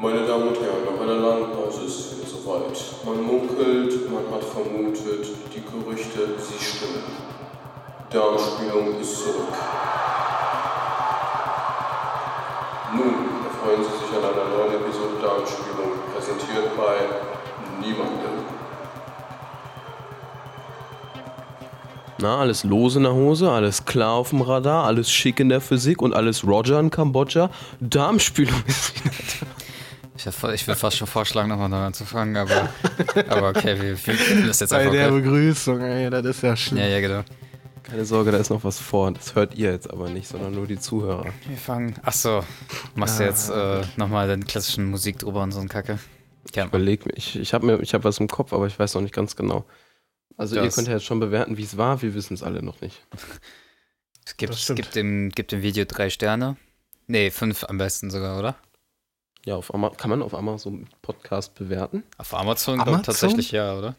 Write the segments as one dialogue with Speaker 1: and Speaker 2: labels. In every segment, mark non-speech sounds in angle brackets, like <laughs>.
Speaker 1: Meine Damen und Herren, nach einer langen Pause ist es wieder soweit. Man munkelt, man hat vermutet, die Gerüchte, sie stimmen. Darmspülung ist zurück. Nun erfreuen Sie sich an einer neuen Episode Darmspülung, präsentiert bei niemandem.
Speaker 2: Na, alles lose in der Hose, alles klar auf dem Radar, alles schick in der Physik und alles Roger in Kambodscha. Darmspülung <laughs> ist wieder.
Speaker 3: Ich, hab- ich würde fast schon vorschlagen, nochmal neu anzufangen, aber, aber okay, wir wir finden das jetzt
Speaker 4: Bei
Speaker 3: einfach.
Speaker 4: der
Speaker 3: Okay.
Speaker 4: Begrüßung, ey, das ist ja schlimm.
Speaker 3: Ja, ja, genau.
Speaker 2: Keine Sorge, da ist noch was vor. Das hört ihr jetzt aber nicht, sondern nur die Zuhörer.
Speaker 3: Wir fangen. Achso, machst
Speaker 4: Ah.
Speaker 3: du jetzt äh, nochmal den klassischen Musik drüber und so einen Kacke? Ja,
Speaker 2: Überleg mir, ich, ich habe hab was im Kopf, aber ich weiß noch nicht ganz genau. Also ihr
Speaker 3: Das-
Speaker 2: könnt ja jetzt schon bewerten, wie es war, wir wissen es alle noch nicht.
Speaker 3: gibt,
Speaker 4: das stimmt.
Speaker 3: gibt, dem, gibt dem Video drei Sterne. Nee, fünf am besten sogar, oder?
Speaker 2: Ja, auf Ama kann man auf Amazon einen Podcast bewerten?
Speaker 3: Auf Amazon, Amazon?
Speaker 4: Amazon?
Speaker 3: tatsächlich ja, oder?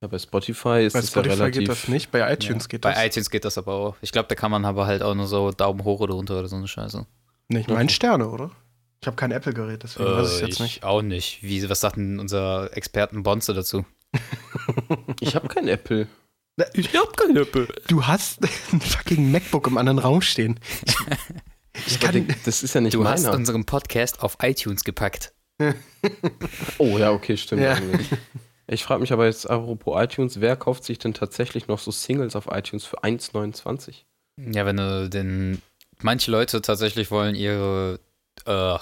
Speaker 2: Ja, bei Spotify ist
Speaker 4: Bei
Speaker 2: es ja
Speaker 4: Spotify
Speaker 2: relativ.
Speaker 4: geht das nicht, bei iTunes
Speaker 3: ja.
Speaker 4: geht
Speaker 3: Bei
Speaker 4: das.
Speaker 3: iTunes geht das aber auch. Ich glaube, da kann man aber halt auch nur so Daumen hoch oder runter oder so eine Scheiße.
Speaker 4: Nicht mein Sterne, oder? Ich habe kein Apple-Gerät, deswegen weiß ich es jetzt
Speaker 3: Äh, ich
Speaker 4: nicht.
Speaker 3: auch nicht. Wie, was sagt denn unser Experten Bonze dazu?
Speaker 2: Ich habe kein Apple.
Speaker 4: Na,
Speaker 2: Ich habe kein Apple.
Speaker 4: Du hast <laughs> ein fucking MacBook im anderen Raum stehen. Ich kann.
Speaker 2: Das ist ja nicht
Speaker 3: Du hast
Speaker 2: meiner.
Speaker 3: unseren Podcast auf iTunes gepackt.
Speaker 2: Oh ja, okay, stimmt.
Speaker 4: Ja. <laughs>
Speaker 2: eigentlich. Ich frage mich aber jetzt, apropos iTunes, wer kauft sich denn tatsächlich noch so Singles auf iTunes für 1,29?
Speaker 3: Ja, wenn du den. Manche Leute tatsächlich wollen ihre. Äh,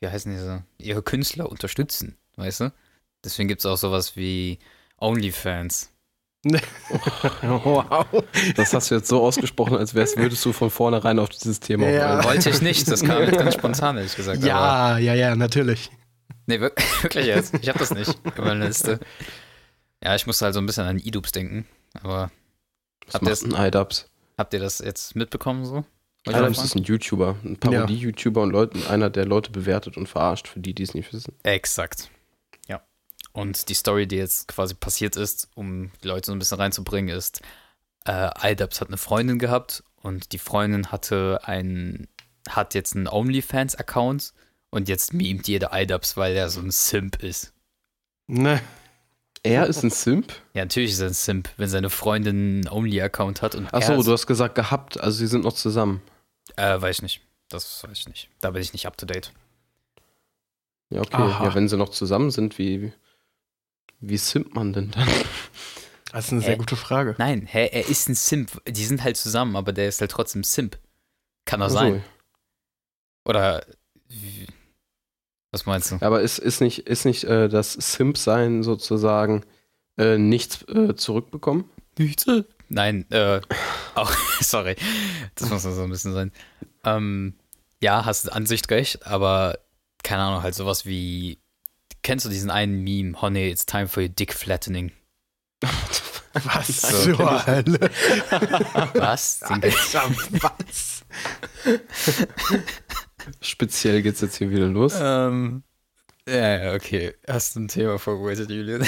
Speaker 3: wie heißen diese? Ihre Künstler unterstützen, weißt du? Deswegen gibt es auch sowas wie
Speaker 4: <laughs>
Speaker 3: OnlyFans.
Speaker 4: Wow.
Speaker 2: Das hast du jetzt so ausgesprochen, als wärst würdest du von vornherein auf dieses Thema
Speaker 4: Ja.
Speaker 2: wollen.
Speaker 3: Wollte ich nicht, das kam jetzt ganz spontan, ehrlich gesagt. Aber,
Speaker 4: Ja, ja, ja, natürlich.
Speaker 3: nee, wir- <laughs> wirklich jetzt. Ich hab das nicht in meiner Liste. Ja, ich musste halt so ein bisschen an Idubs denken. Aber
Speaker 2: Was
Speaker 3: Habt
Speaker 2: macht
Speaker 3: ihr's-
Speaker 2: ein iDubbbz?
Speaker 3: habt ihr das jetzt mitbekommen so? Wollt ihr
Speaker 2: iDubbbz
Speaker 3: noch
Speaker 2: ist ein YouTuber, ein Parodie-YouTuber und Leuten, einer, der Leute bewertet und verarscht, für die, die es nicht wissen.
Speaker 3: Exakt. Ja. Und die Story, die jetzt quasi passiert ist, um die Leute so ein bisschen reinzubringen, ist, äh, iDubbbz hat eine Freundin gehabt und die Freundin hatte einen, hat jetzt einen OnlyFans-Account und jetzt memt jeder iDubbbz, weil er so ein Simp ist.
Speaker 4: Ne.
Speaker 2: Er ist ein Simp?
Speaker 3: Ja, natürlich ist er ein Simp, wenn seine Freundin einen Only-Account hat und
Speaker 2: Achso,
Speaker 3: er
Speaker 2: du hast gesagt gehabt, also sie sind noch zusammen.
Speaker 3: Äh, weiß ich nicht. Das weiß ich nicht. Da bin ich nicht up to date.
Speaker 2: Ja, okay.
Speaker 4: Aha.
Speaker 2: Ja, wenn sie noch zusammen sind, wie, wie simpt man denn dann?
Speaker 4: Das ist eine sehr
Speaker 3: Äh. <laughs>
Speaker 4: gute Frage.
Speaker 3: Nein, hä, er ist ein Simp. Die sind halt zusammen, aber der ist halt trotzdem Simp. Kann doch
Speaker 2: Ach so.
Speaker 3: sein. Oder wie- was meinst du?
Speaker 2: Aber ist, ist nicht, ist nicht äh, das Simp-Sein sozusagen äh, nichts äh, zurückbekommen?
Speaker 3: Nichts. Nein, äh, <laughs> auch, sorry. Das muss so ein bisschen sein. Ähm, ja, hast an sich recht, aber keine Ahnung, halt sowas wie. Kennst du diesen einen Meme, Honey, it's time for your dick <laughs> flattening?
Speaker 4: Was
Speaker 3: So.
Speaker 4: zur Hölle?
Speaker 3: Was? Den gibt's-
Speaker 4: Alter, was?
Speaker 2: Speziell geht's jetzt hier wieder los.
Speaker 4: Äh,
Speaker 3: ähm, ja, ja, okay. Hast du ein Thema vorbereitet, Julian?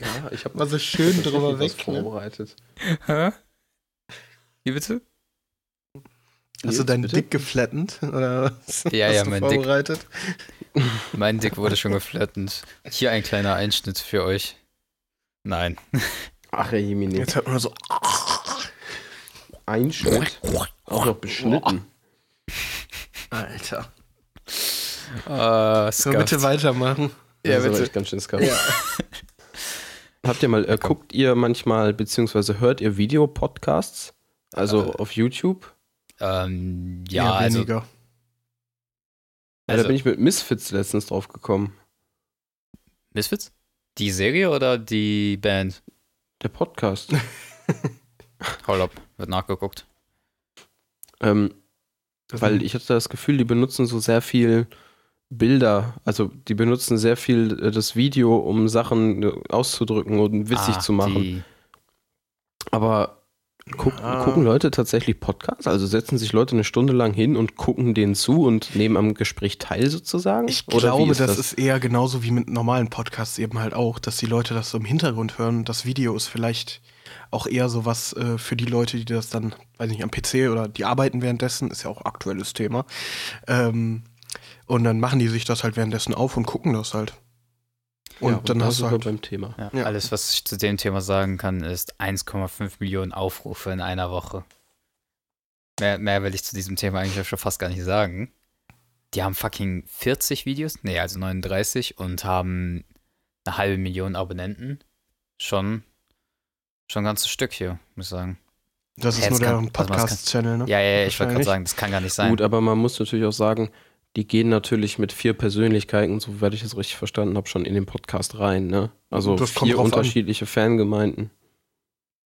Speaker 2: Ja, ich habe
Speaker 4: War so schön drüber weg. Ne?
Speaker 2: vorbereitet.
Speaker 3: Hä? Wie bitte?
Speaker 4: Hast du
Speaker 2: Jetzt
Speaker 4: deinen
Speaker 2: bitte?
Speaker 4: Dick geflattend? Oder was
Speaker 3: Ja,
Speaker 4: hast
Speaker 3: ja,
Speaker 4: du
Speaker 3: mein Dick.
Speaker 4: vorbereitet? Dick.
Speaker 3: Mein Dick wurde schon geflattert. Hier ein kleiner Einschnitt für euch.
Speaker 4: <laughs>
Speaker 3: Nein.
Speaker 2: Ach, Herr Jemine.
Speaker 4: Jetzt hört man so.
Speaker 2: Einschnitt. Auch noch beschnitten.
Speaker 4: Alter.
Speaker 3: Ah,
Speaker 4: So, bitte weitermachen. Also
Speaker 2: Das ist aber echt ganz schön skarf. <laughs> Habt ihr mal, äh, guckt ihr manchmal, beziehungsweise hört ihr Videopodcasts? Also
Speaker 4: Äh.
Speaker 2: auf YouTube?
Speaker 3: Ähm, ja,
Speaker 4: Eher
Speaker 3: also,
Speaker 4: weniger.
Speaker 2: Ja, da
Speaker 3: also
Speaker 2: bin ich mit Misfits letztens drauf gekommen.
Speaker 3: Misfits? Die Serie oder die Band?
Speaker 2: Der Podcast.
Speaker 3: Hold up, wird nachgeguckt.
Speaker 2: ähm,
Speaker 4: Das-
Speaker 2: Weil ich hatte das Gefühl, die benutzen so sehr viel Bilder, also die benutzen sehr viel äh, das Video, um Sachen äh, auszudrücken und witzig
Speaker 3: Ah,
Speaker 2: zu machen.
Speaker 3: Die,
Speaker 2: Aber guck,
Speaker 4: Ah.
Speaker 2: gucken Leute tatsächlich Podcasts? Also setzen sich Leute eine Stunde lang hin und gucken denen zu und nehmen am Gespräch teil sozusagen?
Speaker 4: Ich
Speaker 2: Oder wie
Speaker 4: glaube,
Speaker 2: ist
Speaker 4: das, ist eher genauso wie mit normalen Podcasts eben halt auch, dass die Leute das so im Hintergrund hören. Das Video ist vielleicht auch eher sowas äh, für die Leute, die das dann, weiß nicht, am PC oder die arbeiten währenddessen, ist ja auch aktuelles Thema. Ähm, und dann machen die sich das halt währenddessen auf und gucken das halt. Und
Speaker 2: Ja,
Speaker 4: dann
Speaker 2: da
Speaker 4: hast
Speaker 2: sind
Speaker 4: du
Speaker 2: wir
Speaker 4: halt.
Speaker 2: beim Thema.
Speaker 3: Ja,
Speaker 4: Ja.
Speaker 3: Alles, was ich zu dem Thema sagen kann, ist 1,5 Millionen Aufrufe in einer Woche. Mehr, mehr will ich zu diesem Thema eigentlich auch schon fast gar nicht sagen. Die haben fucking 40 Videos, nee, also 39 und haben eine halbe Million Abonnenten. Schon, schon ein ganzes Stück hier, muss ich sagen.
Speaker 4: Das ist
Speaker 3: Ja,
Speaker 4: nur
Speaker 3: jetzt kann- also
Speaker 4: deren
Speaker 3: man- das kann-
Speaker 4: Podcast-Channel, ne?
Speaker 3: Ja, ja, ja ich wollte gerade
Speaker 4: Wahrscheinlich.
Speaker 3: sagen, das kann gar nicht sein.
Speaker 2: Gut, aber man muss natürlich auch sagen, die gehen natürlich mit vier Persönlichkeiten, so werde ich es richtig verstanden habe, schon in den Podcast rein. Ne? Also
Speaker 4: Das kommt
Speaker 2: vier
Speaker 4: drauf an.
Speaker 2: unterschiedliche Fangemeinden.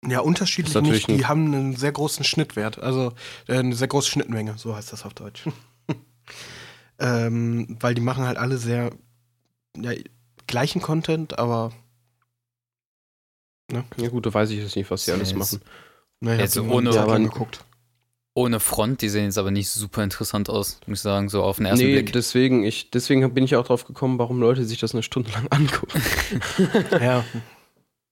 Speaker 4: Ja, unterschiedlich
Speaker 2: Ist natürlich
Speaker 4: nicht. Die
Speaker 2: ein-
Speaker 4: haben einen sehr großen Schnittwert, also äh, eine sehr große Schnittmenge, so heißt das
Speaker 2: <laughs>
Speaker 4: auf Deutsch. ähm, weil die machen halt alle sehr ja, gleichen Content, aber
Speaker 2: Ja gut, da weiß ich jetzt nicht, was sie alles
Speaker 3: Yes.
Speaker 2: machen.
Speaker 4: naja,
Speaker 3: Jetzt
Speaker 4: die haben
Speaker 3: ohne-
Speaker 4: eine Zeit
Speaker 2: aber-
Speaker 4: lang geguckt.
Speaker 3: Ohne Front, die sehen jetzt aber nicht super interessant aus, muss ich sagen, so auf den ersten
Speaker 2: Nee,
Speaker 3: Blick.
Speaker 2: deswegen, ich, deswegen bin ich auch drauf gekommen, warum Leute sich das eine Stunde lang angucken.
Speaker 4: <laughs>
Speaker 3: <laughs>
Speaker 4: Ja,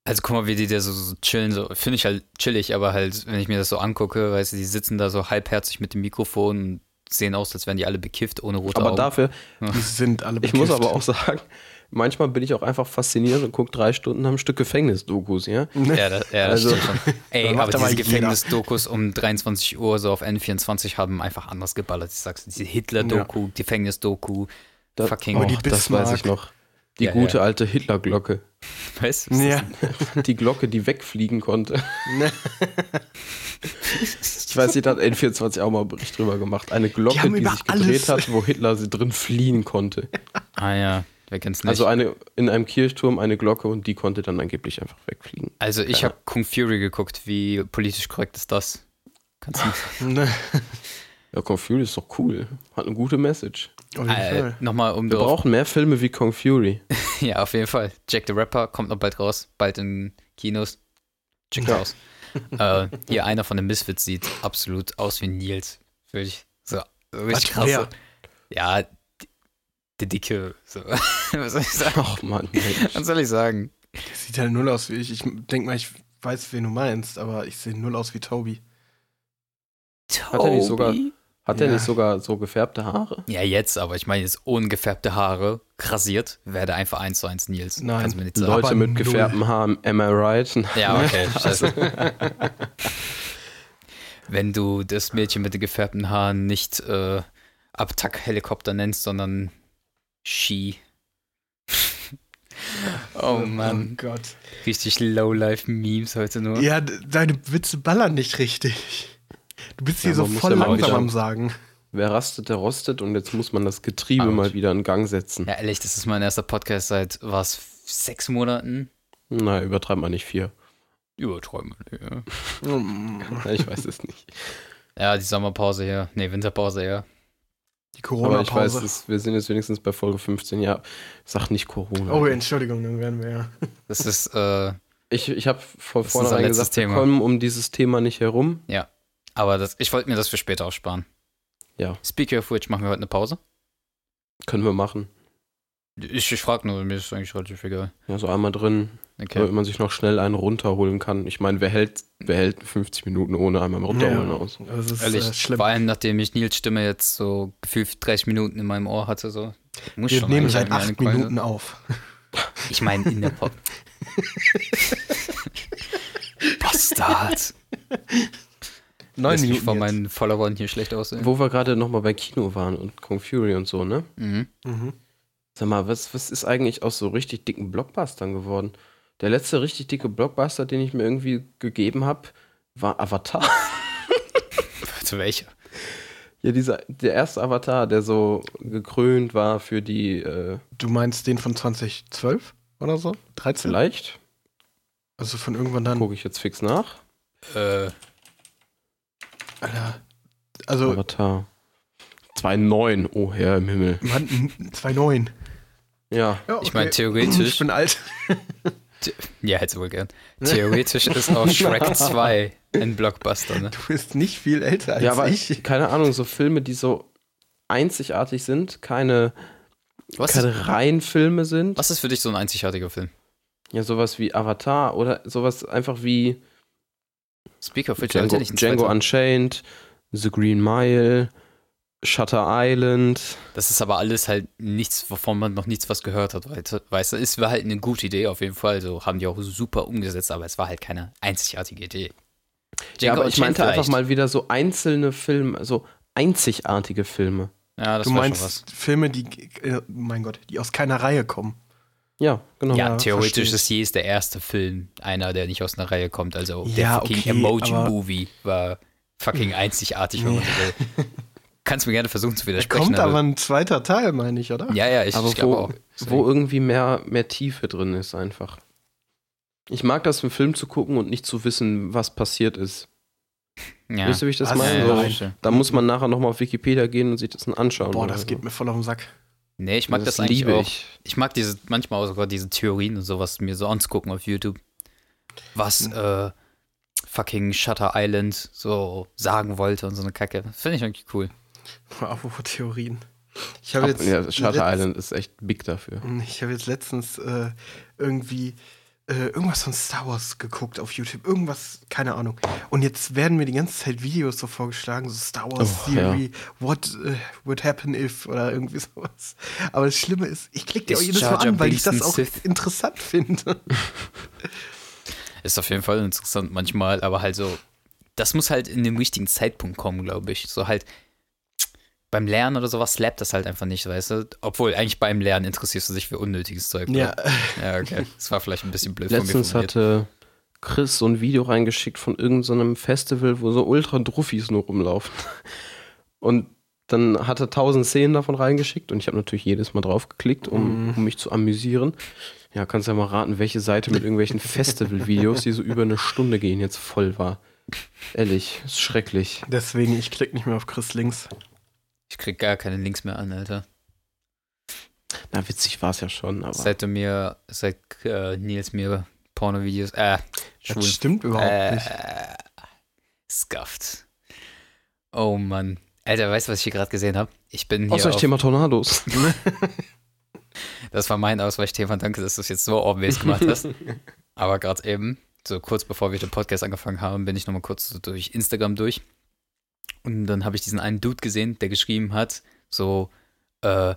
Speaker 3: Also guck mal, wie die da so, so chillen, so finde ich halt chillig, aber halt, wenn ich mir das so angucke, weißt du, die sitzen da so halbherzig mit dem Mikrofon und sehen aus, als wären die alle bekifft ohne rote
Speaker 2: aber
Speaker 3: Augen.
Speaker 2: dafür,
Speaker 4: die sind alle
Speaker 2: ich muss
Speaker 4: bekifft.
Speaker 2: aber auch sagen, manchmal bin ich auch einfach fasziniert und gucke drei Stunden am Stück Gefängnis-Dokus, ja?
Speaker 3: ja, das, ja, das
Speaker 2: Also-
Speaker 3: stimmt
Speaker 2: <laughs>
Speaker 3: schon. Ey,
Speaker 4: Das macht
Speaker 3: aber
Speaker 4: aber
Speaker 3: diese
Speaker 4: jeder.
Speaker 3: Gefängnisdokus um 23 Uhr so auf N24 haben einfach anders geballert. Ich sag's, diese Hitler-Doku, Gefängnis-Doku,
Speaker 2: Da-
Speaker 3: fucking,
Speaker 4: <laughs> Aber
Speaker 2: Och,
Speaker 4: die
Speaker 2: das
Speaker 4: Bismarck-
Speaker 2: weiß ich noch. Die
Speaker 3: Ja,
Speaker 2: gute
Speaker 3: ja.
Speaker 2: alte Hitlerglocke.
Speaker 3: weißt du, was
Speaker 4: Ja.
Speaker 2: <laughs> Die Glocke, die wegfliegen konnte.
Speaker 4: Ne.
Speaker 2: <laughs> Ich weiß nicht, da hat N24 auch mal einen Bericht drüber gemacht. Eine
Speaker 4: Die
Speaker 2: Glocke,
Speaker 4: haben
Speaker 2: die,
Speaker 4: über
Speaker 2: sich gedreht
Speaker 4: alles.
Speaker 2: hat, wo Hitler sie drin fliehen konnte.
Speaker 3: das- Ah ja, wer kennt's nicht.
Speaker 2: Also
Speaker 3: Also,
Speaker 2: eine, in einem Kirchturm eine Glocke und die konnte dann angeblich einfach wegfliegen.
Speaker 3: Also, ich
Speaker 2: ja.
Speaker 3: habe Kung Fury geguckt, wie politisch korrekt ist das? Kannst du
Speaker 4: <laughs> Ne,
Speaker 2: Ja, Kung Fury ist doch cool. Hat eine gute Message.
Speaker 4: auf jeden
Speaker 3: äh,
Speaker 4: Fall.
Speaker 3: nochmal um
Speaker 2: Wir
Speaker 3: drauf
Speaker 2: brauchen mehr Filme wie Kong Fury.
Speaker 3: Ja, auf jeden Fall. Jack the Rapper kommt noch bald raus, bald in Kinos. Check
Speaker 4: Ja.
Speaker 2: <laughs>
Speaker 3: raus. äh, hier einer von den Misfits sieht absolut aus wie Nils. Wirklich so, so richtig
Speaker 4: Was,
Speaker 3: krass.
Speaker 4: wer?
Speaker 3: Ja, d- der Dicke. So. <laughs> Was soll ich sagen?
Speaker 2: Ach Mann, Mensch.
Speaker 3: Was soll ich sagen?
Speaker 4: Sieht halt null aus wie ich. Ich denk mal, ich weiß, wen du meinst, aber ich sehe null aus wie Toby.
Speaker 2: Hat er nicht sogar-
Speaker 3: Toby?
Speaker 2: Hat er
Speaker 4: Ja.
Speaker 2: nicht sogar so gefärbte Haare?
Speaker 3: Ja, jetzt, aber ich meine, jetzt ungefärbte Haare, rasiert, wäre einfach eins zu eins Nils.
Speaker 4: Nein.
Speaker 3: Kannst du mir nicht sagen.
Speaker 2: Leute mit
Speaker 4: null.
Speaker 2: gefärbten Haaren, am I right? <laughs>
Speaker 3: Ja, okay, scheiße. Wenn du das Mädchen mit den gefärbten Haaren nicht äh, Abtack-Helikopter nennst, sondern She. oh
Speaker 4: Oh
Speaker 3: Mann,
Speaker 4: Gott.
Speaker 3: richtig Lowlife-Memes heute nur.
Speaker 4: Ja, d- deine Witze ballern nicht richtig. Du bist hier
Speaker 2: Ja,
Speaker 4: so
Speaker 2: man muss
Speaker 4: voll
Speaker 2: ja mal
Speaker 4: langsam
Speaker 2: wieder-
Speaker 4: am Sagen.
Speaker 2: Wer rastet, der rostet und jetzt muss man das Getriebe
Speaker 3: Out.
Speaker 2: mal wieder in Gang setzen.
Speaker 3: Ja, ehrlich, das ist mein erster Podcast seit was, sechs Monaten?
Speaker 2: Na, übertreibt man nicht vier.
Speaker 3: Überträumen. Ja.
Speaker 2: Oh
Speaker 4: Die
Speaker 2: Ich weiß es nicht.
Speaker 3: ja, die Sommerpause hier. Nee, Winterpause, ja.
Speaker 2: Aber ich weiß,
Speaker 4: Corona-Pause.
Speaker 2: es, wir sind jetzt wenigstens bei Folge 15. Ja, sag nicht Corona.
Speaker 4: Oh, Entschuldigung, dann wären wir ja.
Speaker 3: Das ist, äh,
Speaker 2: Ich, ich habe von
Speaker 3: Das ist unser
Speaker 2: vornherein
Speaker 3: letztes
Speaker 2: gesagt, wir
Speaker 3: Thema.
Speaker 2: kommen um dieses Thema nicht herum.
Speaker 3: aber das, ich wollte mir das für später aufsparen.
Speaker 2: Ja.
Speaker 3: Speaker of which, machen wir heute eine Pause?
Speaker 2: Können wir machen.
Speaker 3: Ich, ich frage nur, mir ist eigentlich relativ egal.
Speaker 2: Ja, so einmal drin,
Speaker 3: Okay.
Speaker 2: damit man sich noch schnell einen runterholen kann. Ich meine, wer hält, wer hält 50 Minuten ohne einmal runterholen
Speaker 4: Ja.
Speaker 2: aus?
Speaker 4: Das ist
Speaker 3: Ehrlich,
Speaker 4: äh, schlimm.
Speaker 3: vor allem nachdem ich Nils Stimme jetzt so gefühlt 30 Minuten in meinem Ohr hatte, so. Muss
Speaker 4: Wir
Speaker 3: schon
Speaker 4: nehmen
Speaker 3: eigentlich
Speaker 4: seit
Speaker 3: irgendwie eine
Speaker 4: acht
Speaker 3: Keule.
Speaker 4: Minuten auf.
Speaker 3: Ich meine in der
Speaker 4: <laughs>
Speaker 3: Pop. Bastard.
Speaker 4: Neun
Speaker 3: Lass mich
Speaker 4: Minuten.
Speaker 3: vor
Speaker 4: jetzt.
Speaker 3: meinen Followern hier schlecht aussehen.
Speaker 2: Wo wir gerade nochmal bei Kino waren und Kung Fury und so, ne?
Speaker 3: Mhm.
Speaker 4: Mhm.
Speaker 2: Sag mal, was, was ist eigentlich aus so richtig dicken Blockbustern geworden? Der letzte richtig dicke Blockbuster, den ich mir irgendwie gegeben habe, war Avatar. <laughs>
Speaker 3: Zu welcher?
Speaker 2: Ja, dieser, der erste Avatar, der so gekrönt war für die, äh,
Speaker 4: Du meinst den von 2012 oder so? 13?
Speaker 2: vielleicht,
Speaker 4: Also von irgendwann dann.
Speaker 2: gucke ich jetzt fix nach.
Speaker 4: Ah,
Speaker 3: Äh,
Speaker 4: Alter. Also
Speaker 2: Avatar. 2,9, oh Herr im Himmel.
Speaker 4: man, 2,9.
Speaker 2: Ja,
Speaker 4: Ja,
Speaker 3: Ich meine,
Speaker 4: okay.
Speaker 3: theoretisch-
Speaker 4: <laughs> Ich bin alt.
Speaker 3: ja, hätte
Speaker 4: <laughs>
Speaker 3: wohl gern. Theoretisch ist auch Shrek 2 ein Blockbuster, ne?
Speaker 4: Du bist nicht viel älter als
Speaker 2: ja aber
Speaker 4: ich. <laughs>
Speaker 2: keine Ahnung, so Filme, die so einzigartig sind, keine,
Speaker 3: Was ist,
Speaker 2: keine Reihenfilme sind.
Speaker 3: was ist für dich so ein einzigartiger Film?
Speaker 2: Ja, sowas wie Avatar oder sowas einfach wie
Speaker 3: Speaker of which,
Speaker 2: Django,
Speaker 3: ja nicht ein
Speaker 2: Django
Speaker 3: zweiter.
Speaker 2: Unchained, The Green Mile, Shutter Island.
Speaker 3: Das ist aber alles halt nichts, wovon man noch nichts was gehört hat, weißt weißt du? Es war halt eine gute Idee auf jeden Fall, so haben die auch super umgesetzt, aber es war halt keine einzigartige Idee.
Speaker 2: Ja,
Speaker 3: Django
Speaker 2: aber ich
Speaker 3: Unchained
Speaker 2: meinte einfach
Speaker 3: vielleicht.
Speaker 2: mal wieder so einzelne Filme, so einzigartige Filme.
Speaker 3: Ja, das
Speaker 4: du
Speaker 3: war schon was.
Speaker 4: meinst Filme, die, äh, mein Gott, die aus keiner Reihe kommen.
Speaker 2: Ja, genau.
Speaker 3: Ja,
Speaker 4: Ja, verstehe
Speaker 3: theoretisch
Speaker 4: ich.
Speaker 3: ist jedes der erste Film einer, der nicht aus einer Reihe kommt. Also der
Speaker 4: Ja,
Speaker 3: fucking
Speaker 4: okay, aber-
Speaker 3: Emoji-Movie war
Speaker 2: <laughs>
Speaker 3: fucking einzigartig, wenn man so will. Kannst mir gerne versuchen zu widersprechen. also
Speaker 4: Kommt aber ein zweiter Teil, meine ich, oder?
Speaker 3: ne? Ja, ja, ich,
Speaker 2: aber
Speaker 3: ich glaube
Speaker 2: wo,
Speaker 3: auch.
Speaker 2: wo irgendwie mehr, mehr Tiefe drin ist einfach. Ich mag das, einen Film zu gucken und nicht zu wissen, was passiert ist.
Speaker 3: Ja.
Speaker 2: Wisst ihr, wie ich das
Speaker 4: Was?
Speaker 2: meine?
Speaker 3: ja,
Speaker 2: So,
Speaker 3: ja,
Speaker 4: Nein.
Speaker 3: verstehe.
Speaker 2: Da muss man nachher nochmal auf Wikipedia gehen und sich das dann anschauen.
Speaker 4: Boah,
Speaker 2: oder
Speaker 4: das
Speaker 2: so.
Speaker 4: geht mir voll auf den Sack. <laughs>
Speaker 3: Nee, ich mag das, eigentlich
Speaker 2: liebe
Speaker 3: auch. Ich.
Speaker 2: ich.
Speaker 3: mag diese, manchmal auch sogar diese Theorien und sowas mir so anzugucken auf YouTube. Was
Speaker 2: Hm.
Speaker 3: äh, fucking Shutter Island so sagen wollte und so eine Kacke. Finde ich eigentlich cool.
Speaker 4: Apropos Theorien. Ich habe
Speaker 2: Ab-
Speaker 4: jetzt,
Speaker 2: ja, halt Shutter
Speaker 4: letzt-
Speaker 2: Island ist echt big dafür.
Speaker 4: Ich habe jetzt letztens äh, irgendwie äh, irgendwas von Star Wars geguckt auf YouTube. Irgendwas, keine Ahnung. Und jetzt werden mir die ganze Zeit Videos so vorgeschlagen, so Star Wars
Speaker 2: Oh,
Speaker 4: Theory, what äh, would happen if oder irgendwie sowas. Aber das Schlimme ist, ich klicke die auch
Speaker 3: Ist
Speaker 4: jedes Mal
Speaker 3: Jar Jar
Speaker 4: an, weil ich das
Speaker 3: Binks ein
Speaker 4: auch
Speaker 3: Sith?
Speaker 4: interessant finde.
Speaker 3: Ist auf jeden Fall interessant manchmal, aber halt so, das muss halt in dem richtigen Zeitpunkt kommen, glaube ich. So halt beim Lernen oder sowas slappt das halt einfach nicht, weißt du? Obwohl, eigentlich beim Lernen interessierst du dich für unnötiges Zeug. ne? Ja, okay. Das war vielleicht ein bisschen blöd
Speaker 2: Letztens
Speaker 3: von mir formuliert.
Speaker 2: hatte Chris so ein Video reingeschickt von irgendeinem so einem Festival, wo so Ultra-Druffis nur rumlaufen. <laughs> Und dann hat er tausend Szenen davon reingeschickt und ich habe natürlich jedes Mal draufgeklickt, um, um mich zu amüsieren. Ja, kannst ja mal raten, welche Seite mit <laughs> irgendwelchen Festival-Videos, die so über eine Stunde gehen, jetzt voll war. Ehrlich, ist schrecklich.
Speaker 4: <laughs> Deswegen, ich klicke nicht mehr auf Chris Links.
Speaker 3: Ich krieg gar keine Links mehr an, Alter.
Speaker 2: Na, witzig war es ja schon, aber.
Speaker 3: Seit du mir, seit äh, Nils mir Pornovideos, äh, schwulen-
Speaker 4: Das stimmt überhaupt nicht.
Speaker 3: äh, scuffed. Oh Mann. Alter, weißt du, was ich hier gerade gesehen habe? Ich bin hier auf-
Speaker 2: Ausweichthema Tornados.
Speaker 3: Das war mein Ausweichthema. Danke, dass du es jetzt so obvious gemacht hast. Aber gerade eben, so kurz bevor wir den Podcast angefangen haben, bin ich nochmal kurz so durch Instagram durch. Und dann habe ich diesen einen Dude gesehen, der geschrieben hat, so, äh,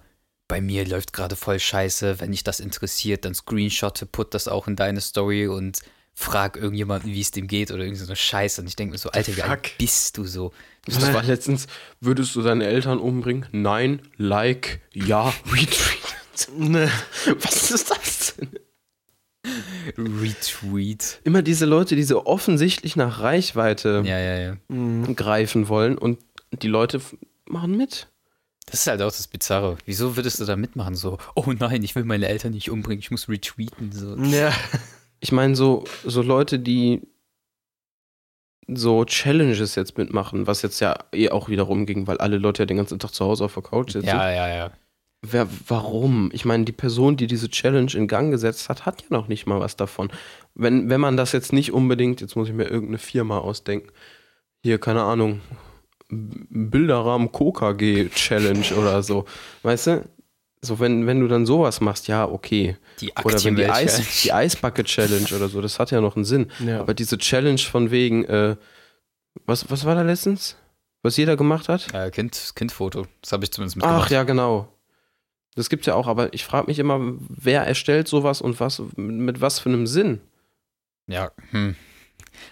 Speaker 3: bei mir läuft gerade voll scheiße. Wenn dich das interessiert, dann screenshotte, put das auch in deine Story und frag irgendjemanden, wie es dem geht oder irgendwie so eine Scheiße. Und ich denke mir so, Alter, wie alt
Speaker 4: Fuck.
Speaker 3: bist du so?
Speaker 2: <laughs> Das war letztens, würdest du deine Eltern umbringen? Nein, like, ja, retweet.
Speaker 4: Ne.
Speaker 2: Was ist das denn?
Speaker 3: Retweet.
Speaker 2: Immer diese Leute, die so offensichtlich nach Reichweite
Speaker 3: Ja, ja, ja.
Speaker 2: Mm. greifen wollen und die Leute f- machen mit.
Speaker 3: Das ist halt auch das Bizarre. Wieso würdest du da mitmachen? So, oh nein, ich will meine Eltern nicht umbringen, ich muss retweeten. So.
Speaker 2: Mhm.
Speaker 4: Ja.
Speaker 2: Ich meine, so, so Leute, die so Challenges jetzt mitmachen, was jetzt ja eh auch wieder rumging, weil alle Leute ja den ganzen Tag zu Hause auf der Couch sitzen.
Speaker 3: Ja, ja, ja.
Speaker 2: Wer, warum? Ich meine, die Person, die diese Challenge in Gang gesetzt hat, hat ja noch nicht mal was davon. Wenn, wenn man das jetzt nicht unbedingt, jetzt muss ich mir irgendeine Firma ausdenken. Hier, keine Ahnung, B- Bilderrahmen KKG Challenge oder so. Weißt du? So, wenn, wenn du dann sowas machst, ja, okay.
Speaker 3: Die
Speaker 2: Oder wenn die,
Speaker 3: Aktienwelt-
Speaker 2: Eis,
Speaker 3: <laughs>
Speaker 2: die Eisbacke Challenge oder so, das hat ja noch einen Sinn.
Speaker 4: Ja.
Speaker 2: Aber diese Challenge von wegen, äh, was, was war da letztens? Was jeder gemacht hat?
Speaker 3: Äh, kind, Kindfoto. Das habe ich zumindest
Speaker 2: Ach
Speaker 3: mitgemacht.
Speaker 2: ja, genau. Das gibt's ja auch, aber ich frage mich immer, wer erstellt sowas und was mit, mit was für einem Sinn?
Speaker 3: Ja. Hm.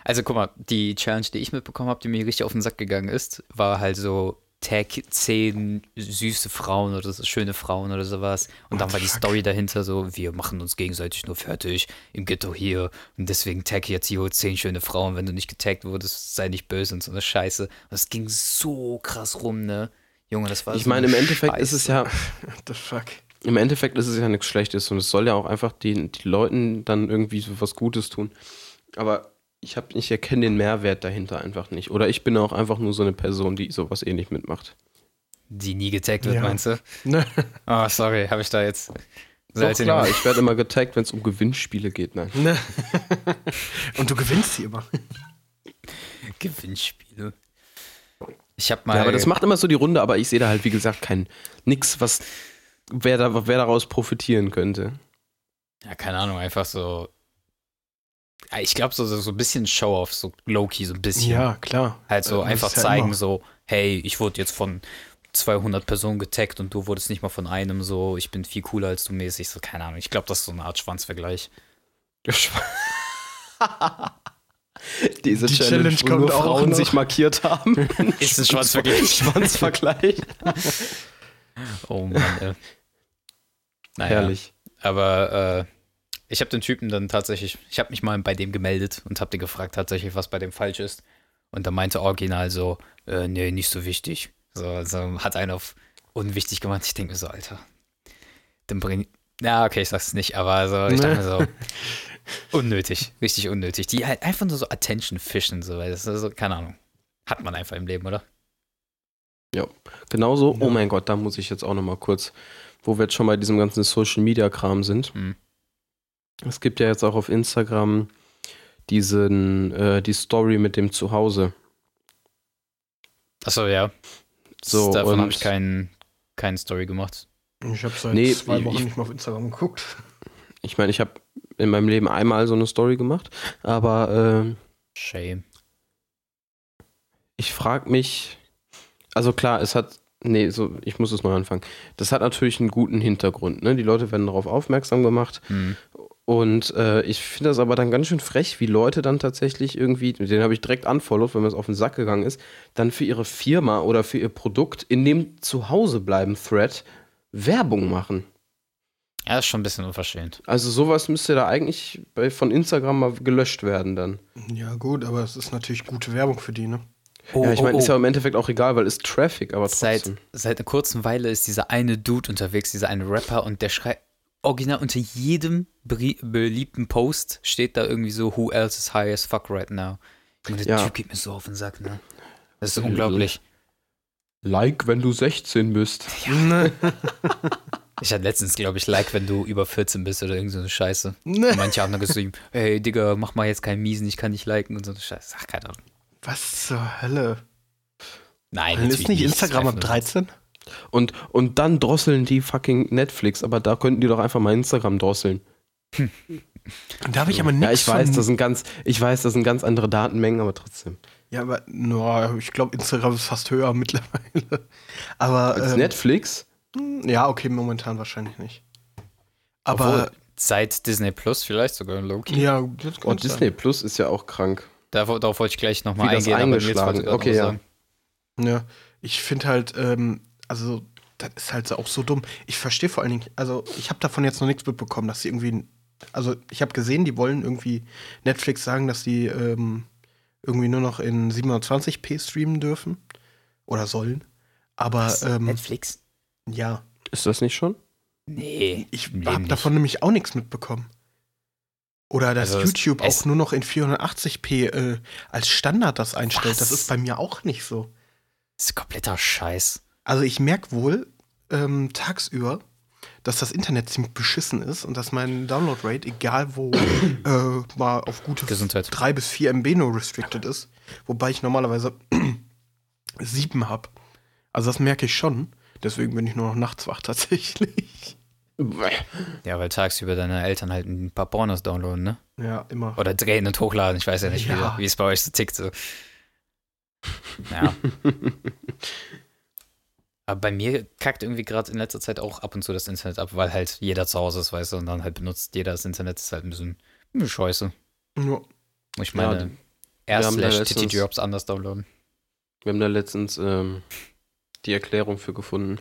Speaker 3: Also guck mal, die Challenge, die ich mitbekommen habe, die mir richtig auf den Sack gegangen ist, war halt so Tag 10 süße Frauen oder so, schöne Frauen oder sowas. Und dann war die Story dahinter so, wir machen uns gegenseitig nur fertig im Ghetto hier und deswegen tag jetzt hier 10 schöne Frauen, wenn du nicht getaggt wurdest, sei nicht böse und so eine Scheiße. Und es ging so krass rum, ne? Junge, das war
Speaker 2: Ich
Speaker 3: so
Speaker 2: meine, im
Speaker 3: eine
Speaker 2: Endeffekt ist es
Speaker 3: Scheiße.
Speaker 2: ja,
Speaker 4: What the fuck?
Speaker 2: im Endeffekt ist es ja nichts Schlechtes und es soll ja auch einfach den, die Leuten dann irgendwie so was Gutes tun. Aber ich habe, ich erkenne den Mehrwert dahinter einfach nicht. Oder ich bin auch einfach nur so eine Person, die sowas ähnlich mitmacht.
Speaker 3: die nie getaggt wird,
Speaker 4: Ja.
Speaker 2: <laughs>
Speaker 3: meinst du?
Speaker 4: Ne.
Speaker 3: Ah, sorry, habe ich da jetzt.
Speaker 2: Doch,
Speaker 3: Seid ihr
Speaker 2: klar, ich werde immer getaggt, wenn es um Gewinnspiele geht. Nein.
Speaker 4: Ne. Und du gewinnst sie immer.
Speaker 3: Gewinnspiele. Ich habe mal.
Speaker 2: Ja, aber das macht immer so die Runde, aber ich sehe da halt, wie gesagt, kein nix, was wer, da, wer daraus profitieren könnte.
Speaker 3: Ja, keine Ahnung, einfach so. Ja, Ich glaube, so, so so ein bisschen Show-off, so low-key, so ein bisschen.
Speaker 4: Ja, klar.
Speaker 3: Halt so
Speaker 4: Äh, das
Speaker 3: einfach
Speaker 4: ist ja
Speaker 3: zeigen,
Speaker 4: immer-
Speaker 3: so, hey, ich wurde jetzt von 200 Personen getaggt und du wurdest nicht mal von einem, so, ich bin viel cooler als du mäßig, so, keine Ahnung. Ich glaube, das ist so eine Art Schwanzvergleich.
Speaker 2: Diese
Speaker 4: Die
Speaker 2: Challenge,
Speaker 4: Challenge
Speaker 2: wo nur
Speaker 4: kommt auch
Speaker 2: Frauen
Speaker 4: noch.
Speaker 2: sich markiert
Speaker 4: <laughs>
Speaker 2: haben.
Speaker 3: Ist ein Schwanzvergleich.
Speaker 2: Schwanzvergleich.
Speaker 3: Oh Mann, ey.
Speaker 4: Ah
Speaker 3: Naja.
Speaker 2: Herrlich.
Speaker 3: Aber äh, ich habe den Typen dann tatsächlich, ich habe mich mal bei dem gemeldet und habe den gefragt tatsächlich, was bei dem falsch ist. Und da meinte original so, äh, nee, nicht so wichtig. So, also hat einen auf unwichtig gemacht. Ich denke mir so, Alter, dann bring. Ja, okay, ich sag's nicht, aber also, ich dachte mir
Speaker 2: <laughs>
Speaker 3: so, unnötig, richtig unnötig. Die halt einfach nur so Attention fischen, so, weil das ist so, keine Ahnung. Hat man einfach im Leben, oder?
Speaker 2: Genauso,
Speaker 4: Ja.
Speaker 2: oh mein Gott, da muss ich jetzt auch nochmal kurz, wo wir jetzt schon bei diesem ganzen Social Media Kram sind.
Speaker 3: Mhm.
Speaker 2: Es gibt ja jetzt auch auf Instagram diesen, äh, die Story mit dem Zuhause.
Speaker 3: Achso, ja.
Speaker 2: So,
Speaker 3: Davon
Speaker 2: und-
Speaker 3: habe ich keinen keinen Story gemacht.
Speaker 4: Ich habe seit
Speaker 2: Nee,
Speaker 4: zwei Wochen
Speaker 2: ich-
Speaker 4: nicht mehr auf Instagram geguckt.
Speaker 2: Ich meine, ich habe in meinem Leben einmal so eine Story gemacht, aber äh,
Speaker 3: Shame.
Speaker 2: ich frage mich, also klar, es hat, nee, so, ich muss es neu anfangen. Das hat natürlich einen guten Hintergrund, ne? Die Leute werden darauf aufmerksam gemacht
Speaker 3: Mhm.
Speaker 2: und äh, ich finde das aber dann ganz schön frech, wie Leute dann tatsächlich irgendwie, den habe ich direkt unfollowed, wenn mir das auf den Sack gegangen ist, dann für ihre Firma oder für ihr Produkt in dem Zuhausebleiben-Thread Werbung machen.
Speaker 3: Ja, das ist schon ein bisschen unverschämt.
Speaker 2: Also sowas müsste da eigentlich bei, von Instagram mal gelöscht werden dann.
Speaker 4: Ja, gut, aber es ist natürlich gute Werbung für die, ne?
Speaker 3: Oh,
Speaker 2: ja, ich meine,
Speaker 3: oh,
Speaker 2: ist ja
Speaker 3: oh.
Speaker 2: im Endeffekt auch egal, weil ist Traffic, aber
Speaker 3: seit,
Speaker 2: trotzdem.
Speaker 3: seit einer kurzen Weile ist dieser eine Dude unterwegs, dieser eine Rapper, und der schreibt original unter jedem beri- beliebten Post steht da irgendwie so, who else is high as fuck right now. Und der
Speaker 2: Ja.
Speaker 3: Typ geht mir so auf den Sack, ne? Das ist unglaublich.
Speaker 2: like, wenn du 16 bist.
Speaker 4: Ne.
Speaker 3: Ich hatte letztens, glaube ich, Like, wenn du über 14 bist oder irgend so eine Scheiße.
Speaker 4: Ne.
Speaker 3: Manche haben dann <laughs> geschrieben, hey Digga, mach mal jetzt keinen Miesen, ich kann nicht liken und so eine Scheiße. Ach, keine Ahnung.
Speaker 4: Was zur Hölle?
Speaker 3: Nein,
Speaker 4: Dann
Speaker 3: natürlich
Speaker 4: ist nicht
Speaker 3: nicht.
Speaker 4: Instagram ab
Speaker 3: Einfach
Speaker 4: 13?
Speaker 2: Und, und dann drosseln die fucking Netflix, aber da könnten die doch einfach mal Instagram drosseln.
Speaker 4: Da habe ich aber nichts
Speaker 2: ja, ich weiß,
Speaker 4: von,
Speaker 2: das sind ganz, ich weiß, das sind ganz andere Datenmengen, aber trotzdem.
Speaker 4: Ja, aber no, ich glaube, Instagram ist fast höher <laughs> mittlerweile. Aber
Speaker 2: Als
Speaker 4: ähm,
Speaker 2: Netflix?
Speaker 4: ja, okay, momentan wahrscheinlich nicht.
Speaker 3: Obwohl,
Speaker 4: Aber
Speaker 3: seit Disney Plus vielleicht sogar Loki.
Speaker 4: ja, das kann
Speaker 2: Oh,
Speaker 4: sein.
Speaker 2: Disney Plus ist ja auch krank.
Speaker 3: Darauf, darauf wollte ich gleich nochmal
Speaker 2: Wie das
Speaker 3: eingehen. aber Nils
Speaker 2: eingeschlagen
Speaker 3: wollte
Speaker 2: ist.
Speaker 3: gerade
Speaker 2: Okay,
Speaker 3: noch
Speaker 2: ja.
Speaker 3: sagen.
Speaker 4: Ja, Ne? ich finde halt, ähm, also das ist halt so- auch so dumm. Ich verstehe vor allen Dingen, also ich habe davon jetzt noch nichts mitbekommen, dass sie irgendwie, also ich habe gesehen, die wollen irgendwie Netflix sagen, dass sie ähm, irgendwie nur noch in 720p streamen dürfen oder sollen. Aber
Speaker 2: Ah,
Speaker 4: ähm,
Speaker 3: Netflix?
Speaker 4: ja,
Speaker 2: Ist das nicht schon?
Speaker 3: Nee.
Speaker 4: ich
Speaker 3: im Leben
Speaker 4: habe
Speaker 3: nicht.
Speaker 4: davon nämlich auch nichts mitbekommen. Oder dass
Speaker 3: Also es-
Speaker 4: YouTube
Speaker 3: es-
Speaker 4: auch nur noch in 480p äh, als Standard das einstellt.
Speaker 3: Was?
Speaker 4: Das ist bei mir auch nicht so.
Speaker 3: Das ist kompletter Scheiß.
Speaker 4: Also ich merke wohl ähm, tagsüber, dass das Internet ziemlich beschissen ist und dass mein Download-Rate,
Speaker 3: <coughs>
Speaker 4: egal wo, äh, mal auf gute
Speaker 3: Gesundheit.
Speaker 4: 3 bis 4 MB nur restricted ist. Wobei ich normalerweise <coughs> 7 habe. Also das merke ich schon. Deswegen bin ich nur noch nachts wach <laughs> tatsächlich.
Speaker 3: Ja, weil tagsüber deine Eltern halt ein paar Pornos downloaden, ne?
Speaker 4: Ja, immer.
Speaker 3: Oder drehen und hochladen. Ich weiß ja nicht,
Speaker 4: Ja.
Speaker 3: wie, wie es bei euch so tickt. So.
Speaker 2: <laughs>
Speaker 3: Ja. Aber bei mir kackt irgendwie gerade in letzter Zeit auch ab und zu das Internet ab, weil halt jeder zu Hause ist, weißt du, und dann halt benutzt jeder das Internet, ist halt ein bisschen hm, scheiße.
Speaker 4: Nur,
Speaker 3: Muss ich
Speaker 2: Ja,
Speaker 3: meine,
Speaker 2: haben
Speaker 3: ja,
Speaker 2: da
Speaker 3: slash
Speaker 2: letztens-
Speaker 3: Titty-Drops anders downloaden. <laughs>
Speaker 2: Wir haben da letztens ähm, die Erklärung für gefunden.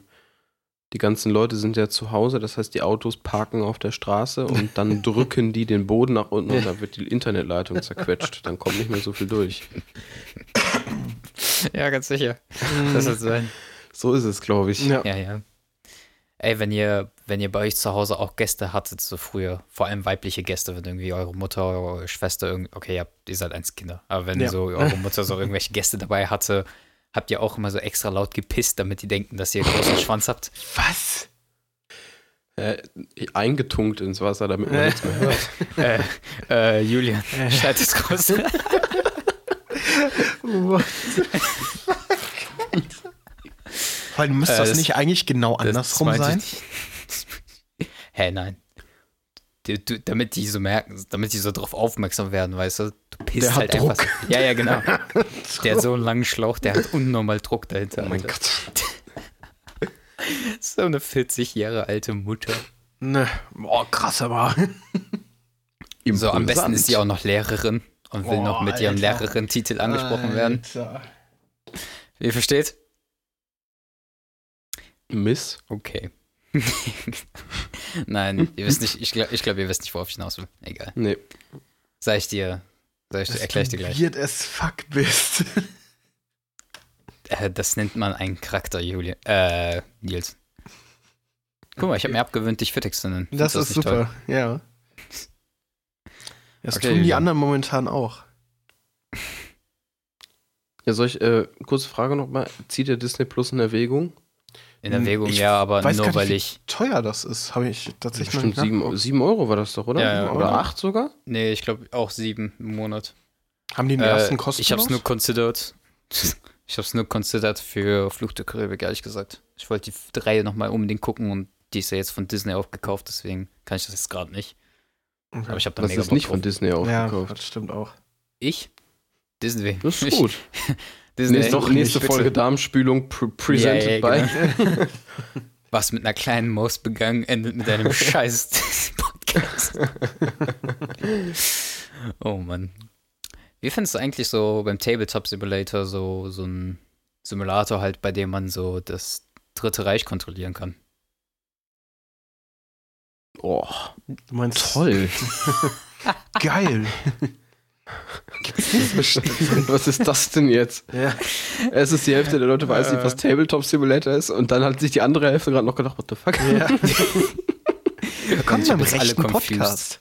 Speaker 2: Die ganzen Leute sind ja zu Hause, das heißt, die Autos parken auf der Straße und <laughs> dann drücken die den Boden nach unten und dann wird die Internetleitung zerquetscht. Dann kommt nicht mehr so viel durch.
Speaker 3: Ja, ganz sicher. <laughs>
Speaker 2: Hm.
Speaker 3: Das wird sein.
Speaker 2: So ist es, glaube ich.
Speaker 4: mm, ja.
Speaker 3: Ja, ja. Ey, wenn ihr, wenn ihr bei euch zu Hause auch Gäste hattet, so früher, vor allem weibliche Gäste, wenn irgendwie eure Mutter, eure Schwester, irgend, okay, ihr, habt, ihr seid eins Kinder, aber wenn
Speaker 4: Ja.
Speaker 3: so eure Mutter so irgendwelche Gäste dabei hatte, habt ihr auch immer so extra laut gepisst, damit die denken, dass ihr einen großen Schwanz <laughs> habt.
Speaker 4: Was?
Speaker 2: Äh, eingetunkt ins Wasser, damit man nichts mehr hört.
Speaker 3: äh, äh, Julian, schneid das <laughs> kurz.
Speaker 4: Vor allem müsste
Speaker 3: Äh,
Speaker 4: das
Speaker 3: das- <laughs>
Speaker 4: nicht eigentlich genau andersrum
Speaker 3: meinte
Speaker 4: sein.
Speaker 3: ich- Hä, nein. die, du, damit die so merken, damit die so drauf aufmerksam werden, weißt du? Du pisst
Speaker 4: Der hat
Speaker 3: halt
Speaker 4: Druck.
Speaker 3: einfach. Ja, ja,
Speaker 4: <laughs>
Speaker 3: genau. der hat so einen langen Schlauch, der hat unnormal Druck dahinter.
Speaker 4: Oh mein
Speaker 3: Alter.
Speaker 4: Gott.
Speaker 3: So eine 40 Jahre alte Mutter.
Speaker 4: Ne. Boah, krass aber.
Speaker 3: So, am besten ist sie auch noch Lehrerin und will
Speaker 4: Boah,
Speaker 3: noch mit ihrem
Speaker 4: Alter.
Speaker 3: Lehrerinnen-Titel angesprochen werden. Ihr versteht?
Speaker 2: Miss.
Speaker 3: Okay. <laughs> Nein, ihr wisst nicht, ich glaube, ich glaub, ihr wisst nicht, worauf ich hinaus will. Egal.
Speaker 2: Nee.
Speaker 3: Sag ich dir, sag ich dir, erklär ich dir gleich.
Speaker 4: Weird as fuck
Speaker 3: <laughs>
Speaker 4: bist.
Speaker 3: Äh, das nennt man einen Charakter, Julia. Äh, Nils. Guck mal, ich habe mir abgewöhnt, dich Fittex zu nennen.
Speaker 4: Das
Speaker 3: Findest du
Speaker 4: ist
Speaker 3: nicht
Speaker 4: super, ja. Das
Speaker 3: Okay,
Speaker 4: tun die
Speaker 3: Julian.
Speaker 4: anderen momentan auch.
Speaker 2: Ja, soll ich, äh, kurze Frage nochmal. Zieht ihr Disney Plus in Erwägung?
Speaker 3: In Erwägung,
Speaker 4: Hm, Ich
Speaker 3: ja, aber
Speaker 4: weiß
Speaker 3: nur
Speaker 4: gar nicht,
Speaker 3: weil
Speaker 4: wie-
Speaker 3: ich.
Speaker 4: Teuer das ist, habe ich tatsächlich noch
Speaker 2: Bestimmt
Speaker 4: nicht
Speaker 2: sieben,
Speaker 4: nachgeguckt.
Speaker 2: sieben Euro war das doch, oder?
Speaker 3: Ja, ja,
Speaker 2: oder
Speaker 4: genau.
Speaker 2: acht sogar?
Speaker 3: Nee, ich glaube auch sieben im Monat.
Speaker 4: Haben die den
Speaker 3: Äh,
Speaker 4: ersten kostenlos?
Speaker 3: ich habe es nur considered. <laughs> Ich habe es nur considered für Fluch der Karibik, ehrlich gesagt. Ich wollte die Reihe nochmal unbedingt gucken und die ist ja jetzt von Disney aufgekauft, deswegen kann ich das jetzt gerade nicht.
Speaker 4: Okay.
Speaker 3: Aber ich habe da
Speaker 2: Das
Speaker 3: mega
Speaker 2: ist nicht
Speaker 3: Bock
Speaker 2: von
Speaker 3: drauf.
Speaker 2: Disney
Speaker 4: ja,
Speaker 2: aufgekauft.
Speaker 4: das stimmt auch.
Speaker 3: Ich? Disney.
Speaker 2: Das ist
Speaker 3: Ich-
Speaker 2: gut.
Speaker 3: Disney.
Speaker 2: nächste
Speaker 3: Doch,
Speaker 2: nächste
Speaker 3: bitte.
Speaker 2: Folge Darmspülung pr presented
Speaker 3: Ja, genau. ja,
Speaker 2: by.
Speaker 3: Was mit einer kleinen Maus begangen, endet mit einem scheiß Podcast. <laughs> oh Mann. Wie findest du eigentlich so beim Tabletop Simulator so, so ein Simulator halt, bei dem man so das Dritte Reich kontrollieren kann?
Speaker 2: <laughs> Oh,
Speaker 4: Du meinst
Speaker 2: toll.
Speaker 3: <laughs>
Speaker 4: geil.
Speaker 2: was ist das denn jetzt?
Speaker 3: <laughs>
Speaker 4: ja.
Speaker 2: Es ist die Hälfte der Leute weiß nicht, was Tabletop Simulator ist und dann hat sich die andere Hälfte gerade noch gedacht, what the fuck?
Speaker 4: ja. Willkommen beim
Speaker 3: jetzt alle
Speaker 4: rechten
Speaker 3: confused.
Speaker 4: Podcast.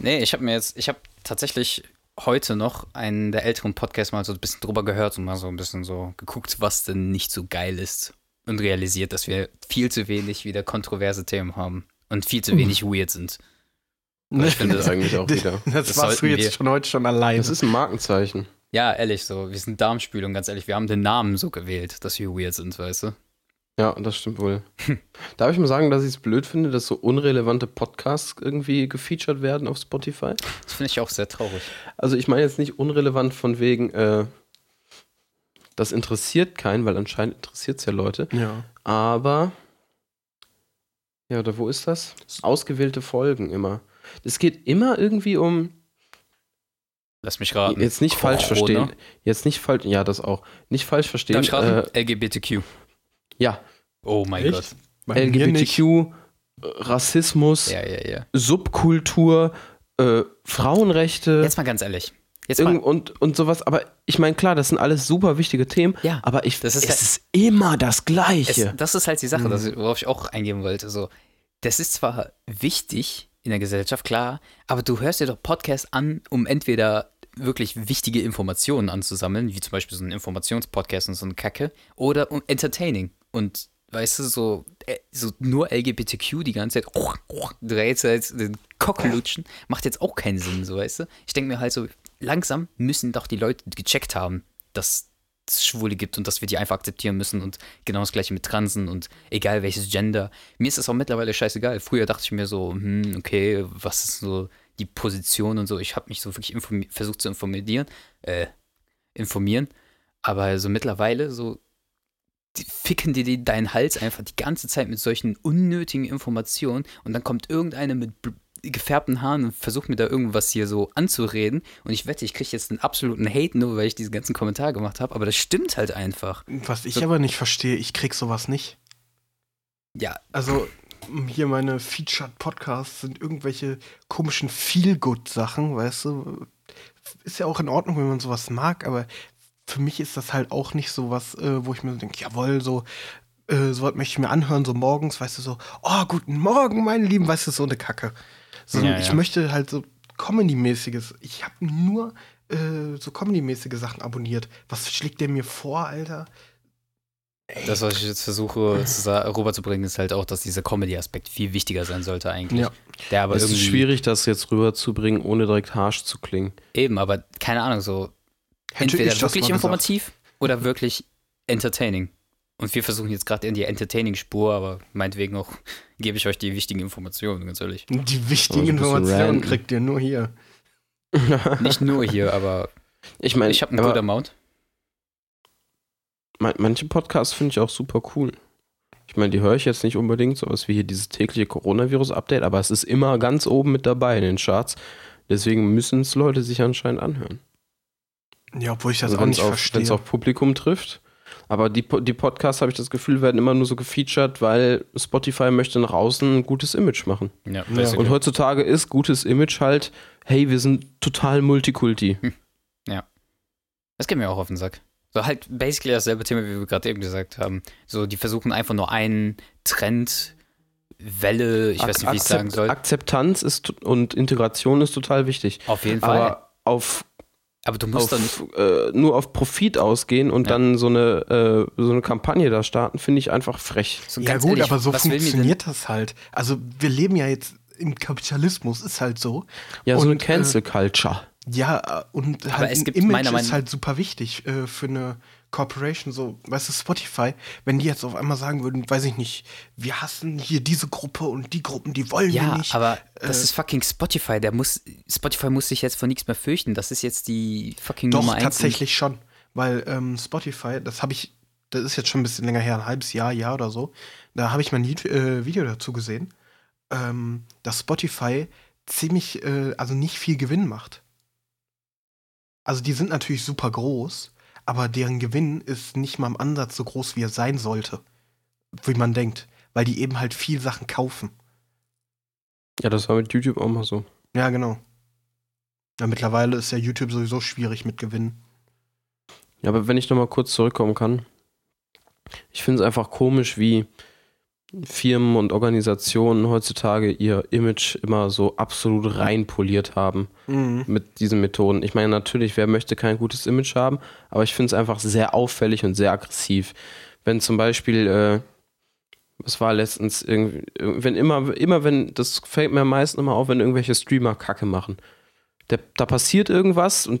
Speaker 3: Nee, ich habe mir jetzt, ich habe tatsächlich heute noch einen der älteren Podcasts mal so ein bisschen drüber gehört und mal so ein bisschen so geguckt, was denn nicht so geil ist und realisiert, dass wir viel zu wenig wieder kontroverse Themen haben und viel zu wenig
Speaker 2: Mhm.
Speaker 3: weird sind.
Speaker 2: Ich finde das eigentlich auch wieder.
Speaker 4: <laughs> Das,
Speaker 3: Das
Speaker 4: warst
Speaker 3: sollten
Speaker 4: du jetzt
Speaker 3: wir.
Speaker 4: schon heute schon allein.
Speaker 2: Das ist ein Markenzeichen.
Speaker 3: Ja, ehrlich, so, wir sind Darmspülung, ganz ehrlich, wir haben den Namen so gewählt, dass wir weird sind, weißt du?
Speaker 2: Ja, das stimmt wohl. Darf ich mal sagen, dass ich es blöd finde, dass so unrelevante Podcasts irgendwie gefeatured werden auf Spotify?
Speaker 3: Das finde ich auch sehr traurig.
Speaker 2: Also ich meine jetzt nicht unrelevant von wegen, äh, das interessiert keinen, weil anscheinend interessiert es ja Leute.
Speaker 4: ja.
Speaker 2: Aber. Ja, oder wo ist das? Ausgewählte Folgen immer. Es geht immer irgendwie um.
Speaker 3: Lass mich raten.
Speaker 2: Jetzt nicht falsch
Speaker 3: Corona?
Speaker 2: verstehen. Jetzt nicht falsch. Ja, das auch. Nicht falsch
Speaker 3: Darf
Speaker 2: verstehen.
Speaker 3: ich raten? LGBTQ.
Speaker 2: äh, ja,
Speaker 3: Oh mein
Speaker 4: Echt?
Speaker 3: Gott.
Speaker 2: äh,
Speaker 4: Bei mir nicht.
Speaker 2: LGBTQ, Rassismus,
Speaker 3: Ja, ja, ja.
Speaker 2: Subkultur, äh, Frauenrechte.
Speaker 3: Jetzt mal ganz ehrlich. Jetzt
Speaker 2: Äh, Irgend
Speaker 3: mal,
Speaker 2: und, und sowas, aber ich meine, klar, das sind alles super wichtige Themen,
Speaker 3: Ja,
Speaker 2: aber ich,
Speaker 3: das ist
Speaker 2: es
Speaker 3: halt-
Speaker 2: ist immer das
Speaker 3: Es,
Speaker 2: Gleiche.
Speaker 3: das ist halt die Sache, das, worauf ich auch eingehen wollte. So, das ist zwar wichtig in der Gesellschaft, klar, aber du hörst dir doch Podcasts an, um entweder wirklich wichtige Informationen anzusammeln, wie zum Beispiel so ein Informationspodcast und so eine Kacke, oder um entertaining. Und weißt du, so, äh, so nur LGBTQ die ganze Zeit, oh, oh, dreht halt den Cock lutschen, macht jetzt auch keinen Sinn, so weißt du. Ich denke mir halt so, langsam müssen doch die Leute gecheckt haben, dass es Schwule gibt und dass wir die einfach akzeptieren müssen und genau das gleiche mit Transen und egal welches Gender. Mir ist das auch mittlerweile scheißegal. Früher dachte ich mir so, hm, okay, was ist so die Position und so. Ich habe mich so wirklich informi- versucht zu informieren, äh, informieren. Aber so mittlerweile so die ficken dir die, deinen Hals einfach die ganze Zeit mit solchen unnötigen Informationen und dann kommt irgendeine mit bl- gefärbten Haaren und versucht mir da irgendwas hier so anzureden und ich wette, ich kriege jetzt einen absoluten Hate nur, weil ich diesen ganzen Kommentar gemacht habe, aber das stimmt halt einfach.
Speaker 4: Was ich aber nicht verstehe, ich krieg sowas nicht.
Speaker 3: Ja,
Speaker 4: Also m, hier meine Featured Podcasts sind irgendwelche komischen Feel-Good-Sachen, weißt du? Ist ja auch in Ordnung, wenn man sowas mag, aber für mich ist das halt auch nicht so was, äh, wo ich mir so denke, jawohl, so, äh, so was möchte ich mir anhören, so morgens, weißt du, so, oh, guten Morgen, meine Lieben, weißt du, so eine Kacke. So,
Speaker 3: Ja,
Speaker 4: ich
Speaker 3: ja.
Speaker 4: möchte halt so Comedy-mäßiges. Ich habe nur äh, so Comedy-mäßige Sachen abonniert. Was schlägt der mir vor, Alter?
Speaker 3: das, was ich jetzt versuche zu sa- rüberzubringen, ist halt auch, dass dieser Comedy-Aspekt viel wichtiger sein sollte eigentlich.
Speaker 4: Ja.
Speaker 3: Der aber
Speaker 2: Es ist
Speaker 3: irgendwie
Speaker 2: schwierig, das jetzt rüberzubringen, ohne direkt harsch zu klingen.
Speaker 3: eben, aber keine Ahnung, so
Speaker 4: Hätte
Speaker 3: entweder
Speaker 4: ich das
Speaker 3: wirklich
Speaker 4: mal gesagt.
Speaker 3: informativ oder wirklich entertaining. Und wir versuchen jetzt gerade in die Entertaining-Spur, aber meinetwegen auch <laughs> gebe ich euch die wichtigen Informationen, ganz ehrlich.
Speaker 4: Die
Speaker 2: Oh, so ein
Speaker 4: wichtigen
Speaker 2: bisschen
Speaker 4: Informationen
Speaker 2: random.
Speaker 4: kriegt ihr nur hier.
Speaker 2: <laughs>
Speaker 3: <laughs> Nicht nur hier, aber
Speaker 2: Ich meine,
Speaker 3: ich habe einen
Speaker 2: aber
Speaker 3: good amount.
Speaker 2: man- manche Podcasts finde ich auch super cool. Ich meine, die höre ich jetzt nicht unbedingt, sowas wie hier dieses tägliche Coronavirus-Update, aber es ist immer ganz oben mit dabei in den Charts. Deswegen müssen es Leute sich anscheinend anhören.
Speaker 4: Ja, obwohl ich das
Speaker 2: Also
Speaker 4: auch
Speaker 2: wenn es
Speaker 4: nicht
Speaker 2: auf, wenn's
Speaker 4: verstehe.
Speaker 2: auf Publikum trifft. Aber die, Po- die Podcasts, habe ich das Gefühl, werden immer nur so gefeatured, weil Spotify möchte nach außen ein gutes Image machen.
Speaker 3: Ja,
Speaker 4: Ja.
Speaker 3: basically.
Speaker 2: Und heutzutage ist gutes Image halt, hey, wir sind total Multikulti.
Speaker 3: Das geht mir auch auf den Sack. So halt basically dasselbe Thema, wie wir gerade eben gesagt haben. So, die versuchen einfach nur einen Trend, Welle, ich weiß nicht, wie ich sagen soll.
Speaker 2: Akzeptanz ist und Integration ist total wichtig.
Speaker 3: Auf jeden Fall. Aber,
Speaker 2: Aber auf,
Speaker 3: du musst dann.
Speaker 2: auf, äh, nur auf Profit ausgehen und
Speaker 3: Ja.
Speaker 2: dann so eine, äh, so eine Kampagne da starten, finde ich einfach frech.
Speaker 3: So
Speaker 4: ja
Speaker 3: ganz
Speaker 4: gut,
Speaker 3: ehrlich,
Speaker 4: aber so
Speaker 3: was will mir
Speaker 4: funktioniert das halt. Also wir leben ja jetzt im Kapitalismus, ist halt so.
Speaker 2: Ja, so
Speaker 4: Und,
Speaker 2: eine Cancel Culture.
Speaker 4: Ja, äh, und halt
Speaker 3: es
Speaker 4: ein
Speaker 3: gibt
Speaker 4: Image
Speaker 3: meiner Meinung-
Speaker 4: ist halt super wichtig äh, für eine Corporation, so, weißt du, Spotify, wenn die jetzt auf einmal sagen würden, weiß ich nicht, wir hassen hier diese Gruppe und die Gruppen, die wollen wir
Speaker 3: Ja,
Speaker 4: nicht.
Speaker 3: aber das ist fucking Spotify. Der muss, Spotify muss sich jetzt vor nichts mehr fürchten. Das ist jetzt die fucking
Speaker 4: Doch,
Speaker 3: Nummer eins. um
Speaker 4: tatsächlich schon. Weil ähm, Spotify, das habe ich, das ist jetzt schon ein bisschen länger her, ein halbes Jahr, Jahr oder so. Da habe ich mal ein Lied, äh, Video dazu gesehen, ähm, dass Spotify ziemlich, äh, also nicht viel Gewinn macht. Also die sind natürlich super groß, aber deren Gewinn ist nicht mal im Ansatz so groß, wie er sein sollte. Wie man denkt. Weil die eben halt viel Sachen kaufen.
Speaker 2: Ja, das war mit YouTube auch mal so.
Speaker 4: Ja, genau. Ja, mittlerweile ist ja YouTube sowieso schwierig mit Gewinn.
Speaker 2: Ja, aber wenn ich nochmal kurz zurückkommen kann. Ich finde es einfach komisch, wie Firmen und Organisationen heutzutage ihr Image immer so absolut reinpoliert haben.
Speaker 4: Mhm.
Speaker 2: mit diesen Methoden. Ich meine, natürlich, wer möchte kein gutes Image haben, aber ich finde es einfach sehr auffällig und sehr aggressiv. Wenn zum Beispiel, äh, was war letztens irgendwie, wenn immer, immer wenn, das fällt mir am meisten immer auf, wenn irgendwelche Streamer Kacke machen. Der, da passiert irgendwas und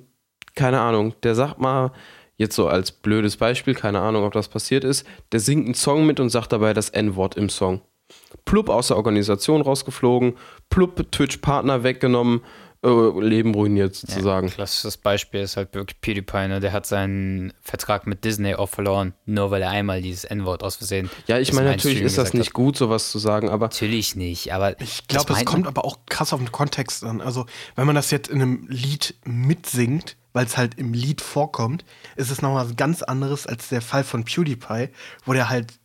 Speaker 2: keine Ahnung, der sagt mal, jetzt so als blödes Beispiel, keine Ahnung, ob das passiert ist, der singt einen Song mit und sagt dabei das N-Wort im Song. Plupp aus der Organisation rausgeflogen, plupp Twitch-Partner weggenommen, äh, Leben ruiniert sozusagen.
Speaker 3: Klassisches Beispiel ist halt wirklich PewDiePie, ne? der hat seinen Vertrag mit Disney auch verloren, nur weil er einmal dieses N-Wort aus Versehen.
Speaker 2: Ja, ich meine,
Speaker 3: zum
Speaker 2: natürlich
Speaker 3: Einstüben
Speaker 2: ist das
Speaker 3: gesagt
Speaker 2: nicht
Speaker 3: Hat.
Speaker 2: gut, sowas zu sagen, aber
Speaker 3: Natürlich nicht, aber.
Speaker 4: Ich glaube,
Speaker 3: das
Speaker 4: es
Speaker 3: meint
Speaker 4: kommt aber auch krass auf den Kontext an. Also, wenn man das jetzt in einem Lied mitsingt, weil es halt im Lied vorkommt, ist es nochmal was ganz anderes als der Fall von PewDiePie, wo der halt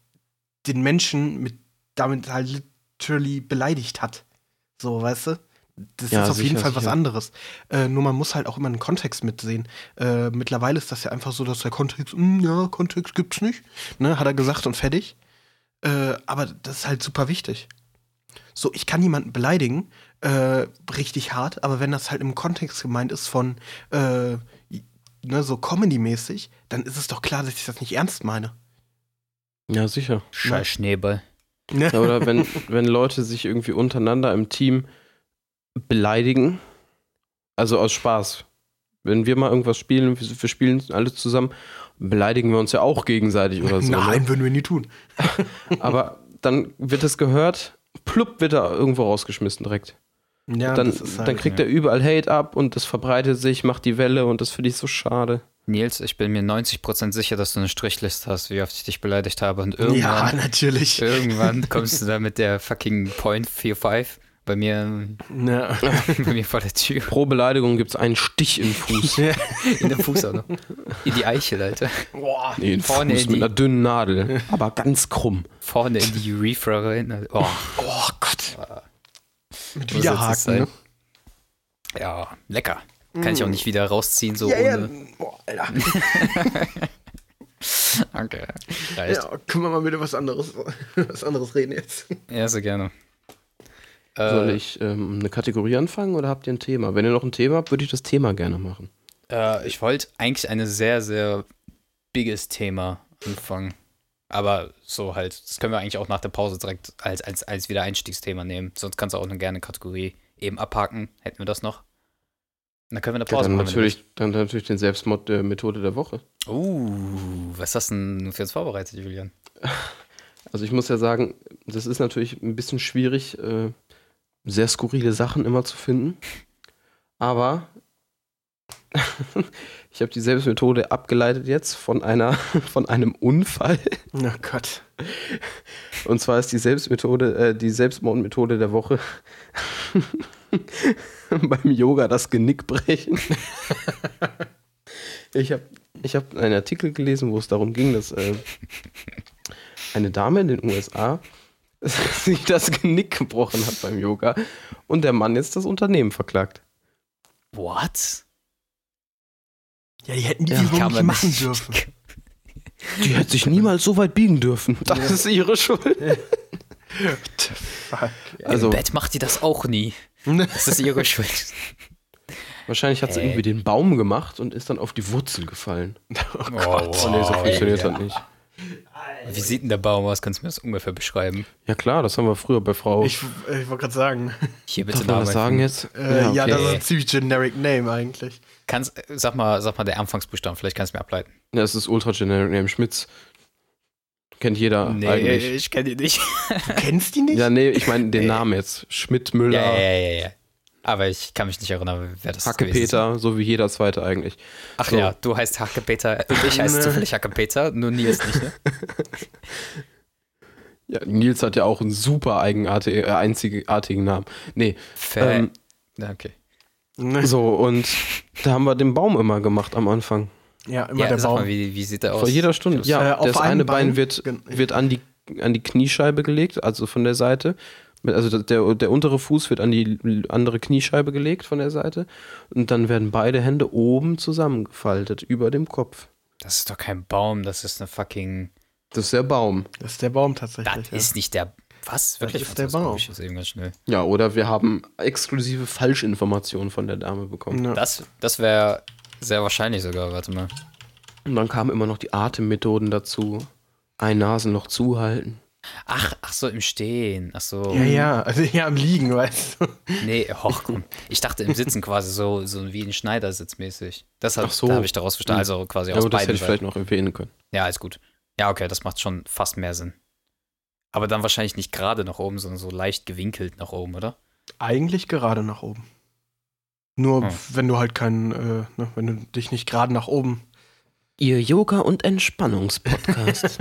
Speaker 4: den Menschen mit, damit halt literally beleidigt hat. So, weißt du? Das
Speaker 2: Ja,
Speaker 4: ist auf jeden
Speaker 2: sicher,
Speaker 4: Fall was
Speaker 2: sicher.
Speaker 4: anderes. Äh, nur man muss halt auch immer einen Kontext mitsehen. Äh, mittlerweile ist das ja einfach so, dass der Kontext, "Mm, ja, Kontext gibt's nicht, ne, hat er gesagt und fertig. Äh, aber das ist halt super wichtig. So, ich kann jemanden beleidigen, äh, richtig hart, aber wenn das halt im Kontext gemeint ist von, äh, ne, so Comedy-mäßig, dann ist es doch klar, dass ich das nicht ernst meine.
Speaker 2: ja, sicher.
Speaker 3: Scheiß Schneeball.
Speaker 4: Ne?
Speaker 2: Ja, oder wenn, wenn Leute sich irgendwie untereinander im Team beleidigen, also aus Spaß. Wenn wir mal irgendwas spielen, wir wir spielen alle zusammen, beleidigen wir uns ja auch gegenseitig <laughs> oder so.
Speaker 4: Nein,
Speaker 2: Ne?
Speaker 4: würden wir nie tun.
Speaker 2: Aber dann wird es gehört, plupp wird er irgendwo rausgeschmissen direkt.
Speaker 4: Ja,
Speaker 2: dann,
Speaker 4: das ist halt-
Speaker 2: dann kriegt er überall Hate ab und das verbreitet sich, macht die Welle und das finde ich so schade.
Speaker 3: Nils, ich bin mir 90% sicher, dass du eine Strichliste hast, wie oft ich dich beleidigt habe. Und <laughs>
Speaker 4: ja,
Speaker 3: irgendwann,
Speaker 4: natürlich.
Speaker 3: irgendwann kommst du da mit der fucking Point 45 bei mir,
Speaker 4: Ja.
Speaker 3: bei mir vor der Tür.
Speaker 2: Pro Beleidigung gibt es einen Stich im Fuß.
Speaker 3: In der Fuß auch noch. In die Eiche, Alter.
Speaker 4: Boah.
Speaker 2: Nee, in
Speaker 3: Vorne
Speaker 2: Fuß
Speaker 3: in
Speaker 2: mit
Speaker 3: die-
Speaker 2: einer dünnen Nadel, aber ganz krumm.
Speaker 3: Vorne in die Urethra rein. Alter. Oh,
Speaker 4: Oh Gott. Mit
Speaker 3: so soll's jetzt
Speaker 4: Widerhaken,
Speaker 3: sein.
Speaker 4: ne?
Speaker 3: ja, lecker. Kann ich auch nicht wieder rausziehen, so ohne.
Speaker 4: Boah, Alter.
Speaker 3: Danke. Reicht.
Speaker 4: können wir mal bitte was anderes, <laughs> was anderes reden jetzt?
Speaker 3: Ja, sehr gerne.
Speaker 2: Soll ich ähm, eine Kategorie anfangen oder habt ihr ein Thema? Wenn ihr noch ein Thema habt, würde ich das Thema gerne machen.
Speaker 3: Äh, ich wollte eigentlich ein sehr, sehr biges Thema anfangen. Aber so halt, das können wir eigentlich auch nach der Pause direkt als, als, als wieder Einstiegsthema nehmen. Sonst kannst du auch eine gerne Kategorie eben abhaken. Hätten wir das noch. Und dann können wir eine
Speaker 2: Ja,
Speaker 3: Pause
Speaker 2: dann,
Speaker 3: machen. wenn du
Speaker 2: natürlich, dann natürlich den Selbstmord äh, Methode der Woche.
Speaker 3: willst. Uh, was hast du denn für uns vorbereitet, Julian?
Speaker 2: also ich muss ja sagen, das ist natürlich ein bisschen schwierig, äh, sehr skurrile Sachen immer zu finden. Aber <laughs> ich habe dieselbe Methode abgeleitet jetzt von einer, <laughs> von einem Unfall.
Speaker 4: Na Gott.
Speaker 2: Und zwar ist die Selbstmethode, äh, die Selbstmordmethode der Woche <laughs> beim Yoga das Genick <laughs> brechen. ich habe ich hab einen Artikel gelesen, wo es darum ging, dass äh, eine Dame in den USA <laughs> sich das Genick gebrochen hat beim Yoga und der Mann jetzt das Unternehmen verklagt.
Speaker 3: What?
Speaker 4: Ja, die hätten die
Speaker 3: Ja,
Speaker 4: Übung
Speaker 3: kann
Speaker 4: nicht
Speaker 3: man
Speaker 4: machen
Speaker 3: nicht.
Speaker 4: dürfen.
Speaker 2: Die hätte sich niemals so weit biegen dürfen. Das ist ihre <laughs> Schuld.
Speaker 3: Im
Speaker 2: Also
Speaker 3: Bett macht die das auch nie. Das
Speaker 2: <laughs>
Speaker 3: ist ihre Schuld.
Speaker 2: wahrscheinlich hat sie
Speaker 3: Äh.
Speaker 2: irgendwie den Baum gemacht und ist dann auf die Wurzel gefallen.
Speaker 3: Oh,
Speaker 2: Oh nee, so funktioniert das nicht.
Speaker 3: Wie sieht denn der Baum aus? Kannst du mir das ungefähr beschreiben?
Speaker 2: Ja klar, das haben wir früher bei Frau.
Speaker 4: Ich, ich wollte gerade sagen.
Speaker 3: Hier bitte
Speaker 2: Darf man das
Speaker 3: Namen.
Speaker 2: sagen jetzt?
Speaker 4: Äh, ja,
Speaker 2: okay.
Speaker 4: das ist ein ziemlich generic Name eigentlich.
Speaker 3: Kannst, äh, sag, mal, sag mal der Anfangsbuchstaben, vielleicht kannst du mir ableiten.
Speaker 2: Ja, es ist ultra generic name Schmitz. Kennt jeder eigentlich.
Speaker 3: ich kenne die nicht.
Speaker 4: Du kennst die nicht?
Speaker 2: Ja, nee, ich meine den Namen jetzt. Schmidt, Müller,
Speaker 3: Äh. Ja, ja, ja, ja. Aber ich kann mich nicht erinnern, wer das
Speaker 2: Hacke
Speaker 3: gewesen ist.
Speaker 2: Peter, so wie jeder zweite eigentlich.
Speaker 3: Ach
Speaker 2: So.
Speaker 3: ja, du heißt Hacke
Speaker 2: <laughs>
Speaker 3: Peter und ich heiße zufällig Hacke Peter, nur Nils nicht, ne?
Speaker 2: Ja, Nils hat ja auch einen super eigenartig, äh, einzigartigen Namen. Nee,
Speaker 3: Ver
Speaker 2: ähm,
Speaker 3: Na, okay.
Speaker 4: Ne?
Speaker 2: so und da haben wir den Baum immer gemacht am Anfang.
Speaker 4: ja immer
Speaker 3: Ja,
Speaker 4: der
Speaker 3: sag
Speaker 4: Baum.
Speaker 3: mal, wie, wie sieht der aus?
Speaker 2: Vor jeder Stunde.
Speaker 4: Äh,
Speaker 2: Ja,
Speaker 4: auf
Speaker 2: das
Speaker 4: einem
Speaker 2: eine Bein,
Speaker 4: Bein,
Speaker 2: wird,
Speaker 4: gen-
Speaker 2: wird an, die, an die Kniescheibe gelegt, also von der Seite. Also der, der untere Fuß wird an die andere Kniescheibe gelegt von der Seite. Und dann werden beide Hände oben zusammengefaltet, über dem Kopf.
Speaker 3: Das ist doch kein Baum, das ist eine fucking.
Speaker 2: Das ist der Baum.
Speaker 4: Das ist der Baum
Speaker 3: Das
Speaker 4: tatsächlich.
Speaker 3: ist nicht der. Was? Wirklich?
Speaker 4: ist der
Speaker 3: Franziskus,
Speaker 4: Baum.
Speaker 3: guck Ich jetzt eben ganz schnell.
Speaker 2: Ja, oder wir haben exklusive Falschinformationen von der Dame
Speaker 4: ja.
Speaker 2: bekommen.
Speaker 4: Ne.
Speaker 3: Das, das wäre sehr wahrscheinlich sogar, warte mal.
Speaker 2: Und dann kamen immer noch die Atemmethoden dazu. Ein Nasenloch zuhalten.
Speaker 3: Ach, ach so, im Stehen. Ach so.
Speaker 4: Ja, ja, also ja, am Liegen, weißt du.
Speaker 3: Nee, hoch, komm. Ich dachte im Sitzen quasi so, so wie ein Schneidersitz mäßig. Das hab,
Speaker 2: Ach so.
Speaker 3: da habe ich daraus
Speaker 4: Hm.
Speaker 3: verstanden. Also quasi
Speaker 2: Ja,
Speaker 3: aus
Speaker 2: aber das hätte
Speaker 3: beiden
Speaker 2: ich
Speaker 3: Seiten.
Speaker 2: vielleicht noch erwähnen können.
Speaker 3: Ja, ist gut. Ja, okay, das macht schon fast mehr Sinn. Aber dann wahrscheinlich nicht gerade nach oben, sondern so leicht gewinkelt nach oben, oder?
Speaker 4: Eigentlich gerade nach oben. Nur
Speaker 3: Hm.
Speaker 4: wenn du halt keinen, äh, ne, wenn du dich nicht gerade nach oben.
Speaker 2: Ihr Yoga- und Entspannungspodcast.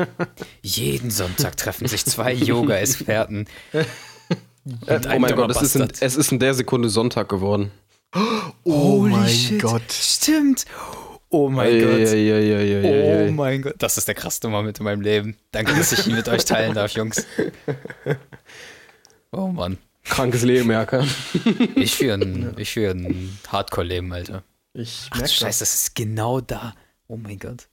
Speaker 3: Jeden Sonntag treffen sich
Speaker 4: <laughs>
Speaker 3: zwei Yoga-Experten.
Speaker 2: Äh,
Speaker 3: Und
Speaker 2: oh
Speaker 3: ein
Speaker 2: mein
Speaker 3: dummer
Speaker 2: Gott, es ist, in,
Speaker 3: Bastard.
Speaker 2: es ist in der Sekunde Sonntag geworden.
Speaker 4: Oh
Speaker 3: Holy
Speaker 4: mein
Speaker 3: shit.
Speaker 4: Gott.
Speaker 3: Stimmt. Oh mein Gott.
Speaker 2: Eieieiei.
Speaker 3: Oh mein Gott, das ist der krasseste Moment in meinem Leben. Danke, dass ich ihn mit euch teilen darf,
Speaker 2: <laughs>
Speaker 3: Jungs. Oh Mann.
Speaker 2: Krankes Leben, Merker.
Speaker 3: Ich führe ein, ich führe ein Hardcore-Leben, Alter.
Speaker 4: Ich
Speaker 3: Ach,
Speaker 4: merke
Speaker 3: scheiße, das ist genau da. Oh mein Gott.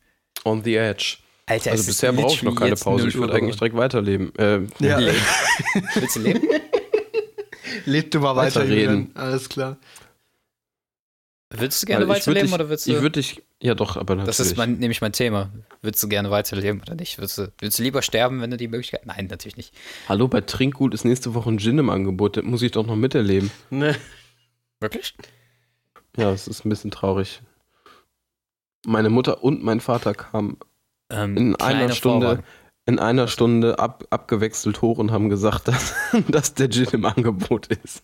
Speaker 2: On the edge.
Speaker 3: Alter,
Speaker 2: Also
Speaker 3: es
Speaker 2: bisher
Speaker 3: ist
Speaker 2: brauche ich noch
Speaker 3: literally
Speaker 2: keine
Speaker 3: jetzt
Speaker 2: Pause.
Speaker 3: 0
Speaker 2: Ich
Speaker 3: Uhr
Speaker 2: würde eigentlich
Speaker 3: geworden.
Speaker 2: direkt weiterleben. Äh,
Speaker 4: Ja,
Speaker 3: <laughs> Willst du leben?
Speaker 4: lebt du mal weiter.
Speaker 2: Weiterreden.
Speaker 4: Julian. Alles klar.
Speaker 3: Willst du gerne
Speaker 2: weil ich würd
Speaker 3: weiterleben
Speaker 2: dich-
Speaker 3: oder willst du.
Speaker 2: Ich würde dich. Ja, doch, aber natürlich.
Speaker 3: das ist mein, nämlich mein Thema. Willst du gerne weiterleben oder nicht? Willst du, willst du lieber sterben, wenn du die Möglichkeit. Nein, natürlich nicht.
Speaker 2: Hallo, bei Trinkgut ist nächste Woche ein Gin im Angebot. Das muss ich doch noch miterleben.
Speaker 4: Ne.
Speaker 3: Wirklich?
Speaker 2: Ja, es ist ein bisschen traurig. Meine Mutter und mein Vater kamen
Speaker 3: Ähm,
Speaker 2: in
Speaker 3: kleiner
Speaker 2: einer Stunde.
Speaker 3: Vorwand.
Speaker 2: In einer Stunde ab, abgewechselt hoch und haben gesagt, <laughs> dass, dass der Gin im Angebot ist.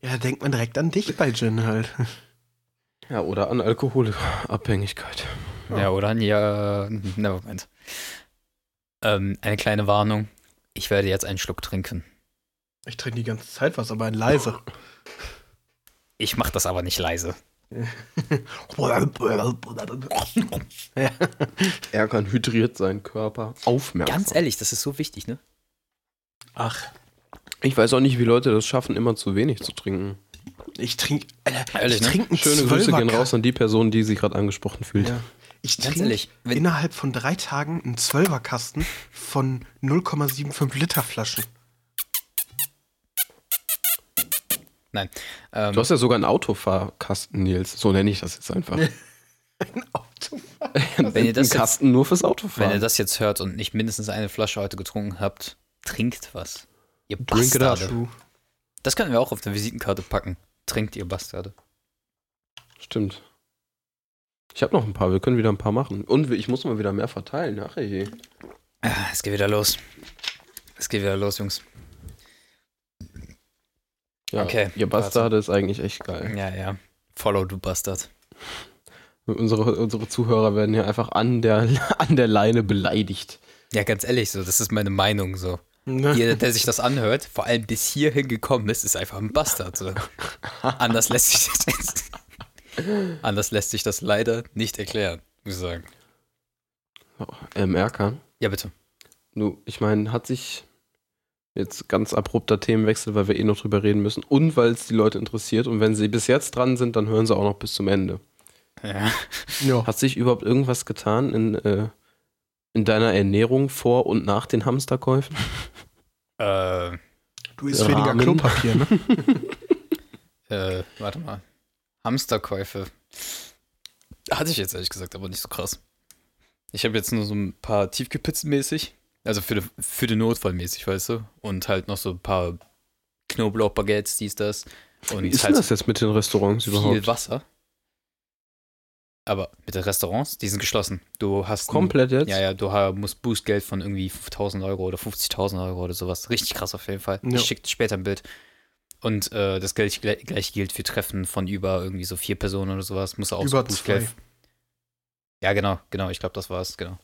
Speaker 4: Ja, da denkt man direkt an dich bei Gin halt.
Speaker 2: Ja, oder an Alkoholabhängigkeit.
Speaker 3: Ja, oder? Ja, nevermind. Ähm, eine kleine Warnung. Ich werde jetzt einen Schluck trinken.
Speaker 4: Ich trinke die ganze Zeit was, aber
Speaker 3: <laughs>
Speaker 4: in leise.
Speaker 3: Ich mache das aber nicht leise.
Speaker 2: Er kann hydriert seinen Körper aufmerksam.
Speaker 3: Ganz ehrlich, das ist so wichtig, ne?
Speaker 4: Ach,
Speaker 2: Ich weiß auch nicht, wie Leute das schaffen, immer zu wenig zu trinken.
Speaker 4: ich trinke.
Speaker 3: Ehrlich,
Speaker 4: Ich
Speaker 3: ne?
Speaker 4: trinke einen
Speaker 2: Schöne Grüße gehen
Speaker 4: Zwölferka-
Speaker 2: raus an die Person, die sich gerade angesprochen fühlt.
Speaker 4: Ja. Ich
Speaker 3: Ganz
Speaker 4: trinke
Speaker 3: ehrlich, wenn-
Speaker 4: innerhalb von drei Tagen einen Zwölferkasten von 0,75 Liter Flaschen.
Speaker 3: Nein. Ähm,
Speaker 2: Du hast ja sogar einen Autofahrkasten, Nils. So nenne ich das jetzt einfach.
Speaker 4: Ein Auto.
Speaker 3: wenn ihr
Speaker 2: Ein
Speaker 3: das jetzt,
Speaker 2: Kasten nur fürs
Speaker 3: wenn ihr
Speaker 2: Autofahren.
Speaker 3: das jetzt hört und nicht mindestens eine Flasche heute getrunken habt, trinkt was. Ihr
Speaker 2: Drink it up.
Speaker 3: Bastarde. Das können wir auch auf der Visitenkarte packen. Trinkt ihr Bastarde.
Speaker 2: Stimmt. Ich habe noch ein paar. Wir können wieder ein paar machen. Und wir- ich muss mal wieder mehr verteilen. Ach je.
Speaker 3: Ah, Es geht wieder los. Es geht wieder los, Jungs.
Speaker 2: Ja,
Speaker 3: Okay,
Speaker 2: Ihr Bastarde ist eigentlich echt geil.
Speaker 3: Ja, ja. Follow, du Bastard.
Speaker 2: Unsere, unsere Zuhörer werden hier einfach an der, <laughs> an der Leine beleidigt.
Speaker 3: Ja, ganz ehrlich, so, das ist meine Meinung so.
Speaker 4: Ne?
Speaker 3: Jeder, der sich das anhört, vor allem bis hierhin gekommen ist, ist einfach ein Bastard. So. Anders lässt sich das <laughs> anders lässt sich das leider nicht erklären, muss ich sagen.
Speaker 2: Ähm, Erkan,
Speaker 3: Ja, bitte.
Speaker 2: du, ich meine, hat sich jetzt ganz abrupter Themenwechsel, weil wir eh noch drüber reden müssen und weil es die Leute interessiert und wenn sie bis jetzt dran sind, dann hören sie auch noch bis zum Ende.
Speaker 3: Ja.
Speaker 4: Ja.
Speaker 2: Hat sich überhaupt irgendwas getan in, äh, in deiner Ernährung vor und nach den Hamsterkäufen?
Speaker 3: Äh,
Speaker 4: Du isst
Speaker 2: Rahmen.
Speaker 4: weniger
Speaker 3: <laughs>
Speaker 4: Klopapier, ne?
Speaker 3: äh, warte mal. Hamsterkäufe. Hatte ich jetzt ehrlich gesagt, aber nicht so krass. Ich habe jetzt nur so ein paar Tiefgepizzen mäßig. Also für, den- für den Notfall mäßig, weißt du? Und halt noch so ein paar Knoblauchbaguettes, dies, das. Und
Speaker 2: Wie ist denn
Speaker 3: halt
Speaker 2: das jetzt mit den Restaurants
Speaker 3: viel
Speaker 2: überhaupt?
Speaker 3: Wasser. Aber mit den Restaurants, die sind geschlossen. Du hast. ein-
Speaker 2: Komplett jetzt?
Speaker 3: Ja, ja, du ha- musst Bußgeld von irgendwie 5000 Euro oder 50.000 Euro oder sowas. Richtig krass auf jeden Fall.
Speaker 4: Ja.
Speaker 3: Ich schicke später ein Bild. Und äh, das gleich, gleich, gleich gilt für Treffen von über irgendwie so vier Personen oder sowas. Musst du auch so
Speaker 4: Über zwei.
Speaker 3: Ja, genau, genau. Ich glaube, das war's, genau.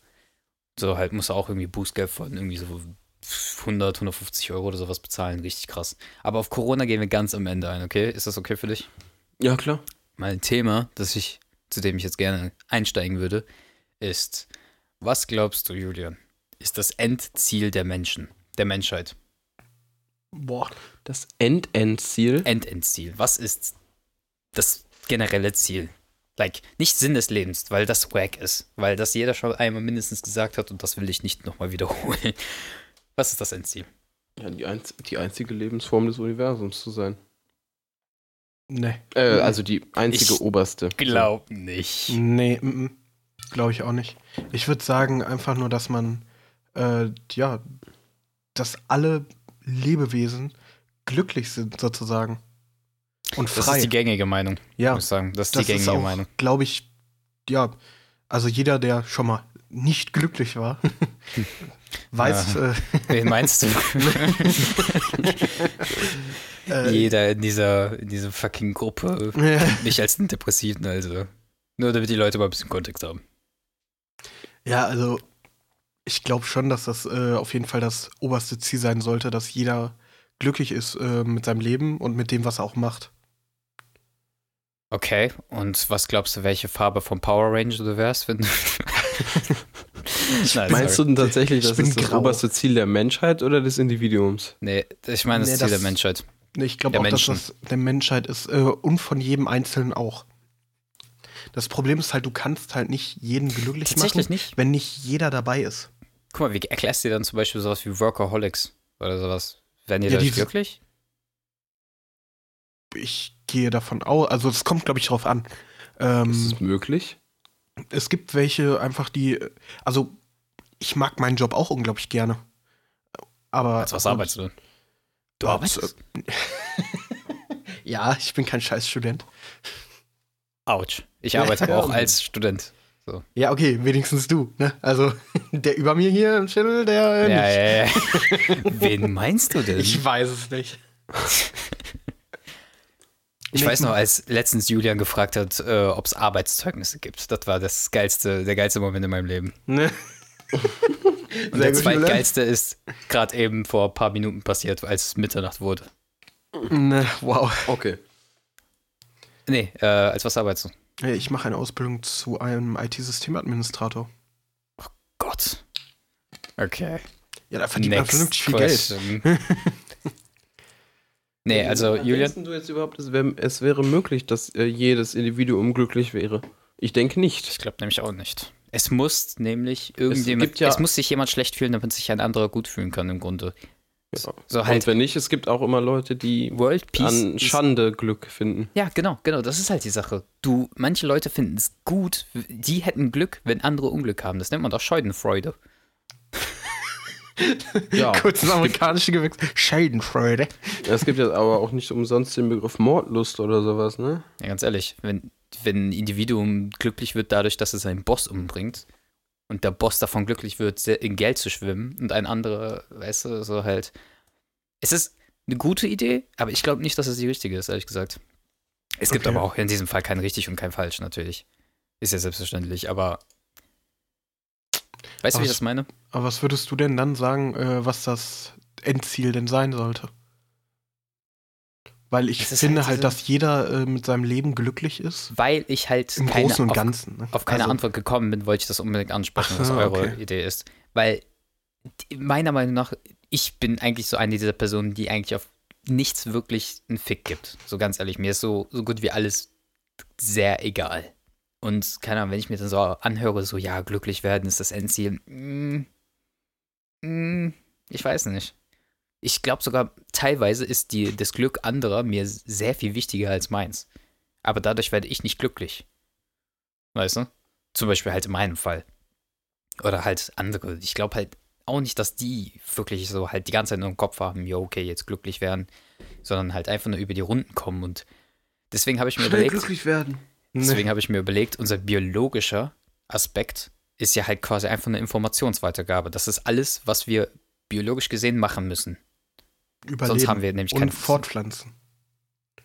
Speaker 3: So halt musst du auch irgendwie Bußgeld von irgendwie so 100, 150 Euro oder sowas bezahlen. Richtig krass. Aber auf Corona gehen wir ganz am Ende ein, okay? Ist das okay für dich?
Speaker 2: ja klar.
Speaker 3: mein Thema, das ich, zu dem ich jetzt gerne einsteigen würde, ist, was glaubst du, Julian, ist das Endziel der Menschen, der Menschheit?
Speaker 4: Boah.
Speaker 2: Das End-End-Ziel.
Speaker 3: Endendziel. Was ist das generelle Ziel? Like, nicht Sinn des Lebens, weil das wack ist, weil das jeder schon einmal mindestens gesagt hat und das will ich nicht nochmal wiederholen. Was ist das Endziel?
Speaker 2: Ja, die, einz die einzige Lebensform des Universums zu sein.
Speaker 4: Nee.
Speaker 2: Äh,
Speaker 4: Mhm.
Speaker 2: also die einzige
Speaker 3: Ich
Speaker 2: oberste.
Speaker 3: Glaub nicht.
Speaker 4: Nee, glaube ich auch nicht. Ich würde sagen, einfach nur, dass man, äh, ja, dass alle Lebewesen glücklich sind, sozusagen. Und
Speaker 3: Das
Speaker 4: frei.
Speaker 3: ist die gängige Meinung,
Speaker 4: ja,
Speaker 3: muss ich sagen. Das ist
Speaker 4: das
Speaker 3: die
Speaker 4: ist
Speaker 3: gängige
Speaker 4: auch,
Speaker 3: Meinung.
Speaker 4: glaube ich, ja, also jeder, der schon mal nicht
Speaker 3: <laughs>
Speaker 4: glücklich war, weiß, äh,
Speaker 3: Wen
Speaker 4: <laughs>
Speaker 3: meinst du?
Speaker 4: äh,
Speaker 3: Jeder in dieser, in dieser fucking Gruppe mich als einen Depressiven, also. Nur damit die Leute mal ein bisschen Kontext haben.
Speaker 4: <laughs> Ja, also ich glaube schon, dass das äh, auf jeden Fall das oberste Ziel sein sollte, dass jeder glücklich ist äh, mit seinem Leben und mit dem, was er auch macht.
Speaker 3: Okay, und was glaubst du, welche Farbe vom Power Ranger du wärst, wenn du. <laughs> Nein,
Speaker 2: Meinst du
Speaker 3: sorry.
Speaker 2: denn tatsächlich,
Speaker 4: Ich
Speaker 2: das
Speaker 4: bin
Speaker 2: ist das
Speaker 4: grau.
Speaker 2: oberste Ziel der Menschheit oder des Individuums?
Speaker 3: Nee, ich meine das
Speaker 4: Nee,
Speaker 3: Ziel
Speaker 4: das-
Speaker 3: der Menschheit.
Speaker 4: Nee, Ich glaube
Speaker 3: Der
Speaker 4: auch,
Speaker 3: Menschen.
Speaker 4: dass das der Menschheit ist äh, und von jedem Einzelnen auch. Das Problem ist halt, du kannst halt nicht jeden glücklich machen,
Speaker 3: Tatsächlich nicht.
Speaker 4: wenn nicht jeder dabei ist.
Speaker 3: Guck mal, wie erklärst du dir dann zum Beispiel sowas wie Workaholics oder sowas? Werden die
Speaker 4: Ja,
Speaker 3: ja,
Speaker 4: die-
Speaker 3: das wirklich?
Speaker 4: Ich gehe davon aus, also es kommt, glaube ich, drauf an.
Speaker 2: Ist
Speaker 4: Ähm,
Speaker 2: es möglich?
Speaker 4: es gibt welche einfach, die, also ich mag meinen Job auch unglaublich gerne. Aber
Speaker 3: Als was arbeitest du denn? Du
Speaker 4: Ja,
Speaker 3: arbeitest?
Speaker 4: äh, <laughs> Ja, ich bin kein Scheißstudent.
Speaker 3: Autsch. Ich arbeite aber auch als Student.
Speaker 4: Ja, okay, wenigstens du. Ne? Also <laughs> der über mir hier im Channel, der äh,
Speaker 3: Ja,
Speaker 4: nicht.
Speaker 3: ja, ja. <laughs> Wen meinst du denn?
Speaker 4: Ich weiß es nicht.
Speaker 3: Ich
Speaker 4: Nee,
Speaker 3: weiß
Speaker 4: ich-
Speaker 3: noch, als letztens Julian gefragt hat, äh, ob es Arbeitszeugnisse gibt. Das war das geilste, der geilste Moment in meinem Leben.
Speaker 4: Ne?
Speaker 3: Und
Speaker 4: Sehr
Speaker 3: der
Speaker 4: gut, Julian.
Speaker 3: zweitgeilste ist gerade eben vor ein paar Minuten passiert, als es Mitternacht wurde.
Speaker 4: Ne, wow.
Speaker 2: Okay.
Speaker 3: Nee, äh, als was arbeitest du?
Speaker 4: Hey, Ich mache eine Ausbildung zu einem IT-Systemadministrator.
Speaker 3: Gott. Okay.
Speaker 4: Ja, da verdient man vernünftig viel Geld. <laughs>
Speaker 3: Geld. nee, also Julian,
Speaker 2: du jetzt überhaupt, es, wär, es wäre möglich, dass äh, jedes Individuum glücklich wäre? Ich denke nicht.
Speaker 3: ich glaube nämlich auch nicht. Es muss nämlich irgendjemand,
Speaker 2: gibt
Speaker 3: es,
Speaker 2: ja-
Speaker 3: muss sich jemand schlecht fühlen, damit sich ein anderer gut fühlen kann im Grunde.
Speaker 2: Ja.
Speaker 3: So
Speaker 2: Genau. Und
Speaker 3: halt
Speaker 2: wenn nicht, es gibt auch immer Leute, die
Speaker 3: World Peace
Speaker 2: an
Speaker 3: ist-
Speaker 2: Schande Glück finden.
Speaker 3: Ja, genau, genau. Das ist halt die Sache. Du, manche Leute finden es gut, w- die hätten Glück, wenn andere Unglück haben. Das nennt man doch Scheudenfreude.
Speaker 2: <laughs> Ja.
Speaker 4: <laughs> Kurz ins amerikanische gewechselt. Schadenfreude.
Speaker 2: es gibt jetzt aber auch nicht umsonst den Begriff Mordlust oder sowas, ne?
Speaker 3: Ja, ganz ehrlich, wenn, wenn ein Individuum glücklich wird dadurch, dass es seinen Boss umbringt und der Boss davon glücklich wird, sehr in Geld zu schwimmen und ein anderer, weißt du, so halt. Es ist eine gute Idee, aber ich glaube nicht, dass es die richtige ist, ehrlich gesagt. Es gibt
Speaker 4: Okay.
Speaker 3: aber auch in diesem Fall kein richtig und kein falsch, natürlich. Ist ja selbstverständlich, aber. Weißt du, wie ich
Speaker 4: Aber
Speaker 3: das meine?
Speaker 4: Aber was würdest du denn dann sagen, äh, was das Endziel denn sein sollte? Weil ich
Speaker 3: Es ist
Speaker 4: finde
Speaker 3: halt
Speaker 4: halt,
Speaker 3: diese-
Speaker 4: dass jeder äh, mit seinem Leben glücklich ist.
Speaker 3: Weil ich halt
Speaker 4: Im
Speaker 3: keine
Speaker 4: Großen und
Speaker 3: auf-
Speaker 4: Ganzen. Ne?
Speaker 3: auf keine
Speaker 4: Also,
Speaker 3: Antwort gekommen bin, wollte ich das unbedingt ansprechen,
Speaker 4: Ach,
Speaker 3: was
Speaker 4: ah,
Speaker 3: eure
Speaker 4: okay.
Speaker 3: Idee ist. Weil die- meiner Meinung nach, ich bin eigentlich so eine dieser Personen, die eigentlich auf nichts wirklich einen Fick gibt. So ganz ehrlich, mir ist so, so gut wie alles sehr egal. Und keine Ahnung, wenn ich mir dann so anhöre, so ja, glücklich werden ist das Endziel. Mm, mm, ich weiß nicht. Ich glaube sogar, teilweise ist die, das Glück anderer mir sehr viel wichtiger als meins. Aber dadurch werde ich nicht glücklich. Weißt du? Zum Beispiel halt in meinem Fall. Oder halt andere. Ich glaube halt auch nicht, dass die wirklich so halt die ganze Zeit nur im Kopf haben, ja, okay, jetzt glücklich werden, sondern halt einfach nur über die Runden kommen. Und deswegen habe ich mir
Speaker 2: Schnell
Speaker 3: überlegt.
Speaker 2: glücklich werden.
Speaker 3: Deswegen
Speaker 4: Ne,
Speaker 3: habe ich mir überlegt, unser biologischer Aspekt ist ja halt quasi einfach eine Informationsweitergabe. Das ist alles, was wir biologisch gesehen machen müssen.
Speaker 4: Überleben
Speaker 3: Sonst haben wir nämlich
Speaker 4: und
Speaker 3: keine
Speaker 4: fortpflanzen.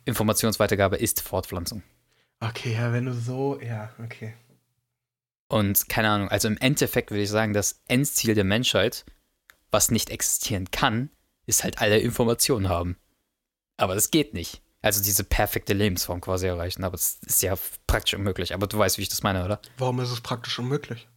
Speaker 3: Informationsweitergabe ist Fortpflanzung.
Speaker 4: Okay, ja, wenn du so, ja, okay.
Speaker 3: Und keine Ahnung, also im Endeffekt würde ich sagen, das Endziel der Menschheit, was nicht existieren kann, ist halt alle Informationen haben. Aber das geht nicht. Also diese perfekte Lebensform quasi erreichen, aber das ist ja praktisch unmöglich. Aber du weißt, wie ich das meine, oder?
Speaker 4: Warum ist es praktisch unmöglich?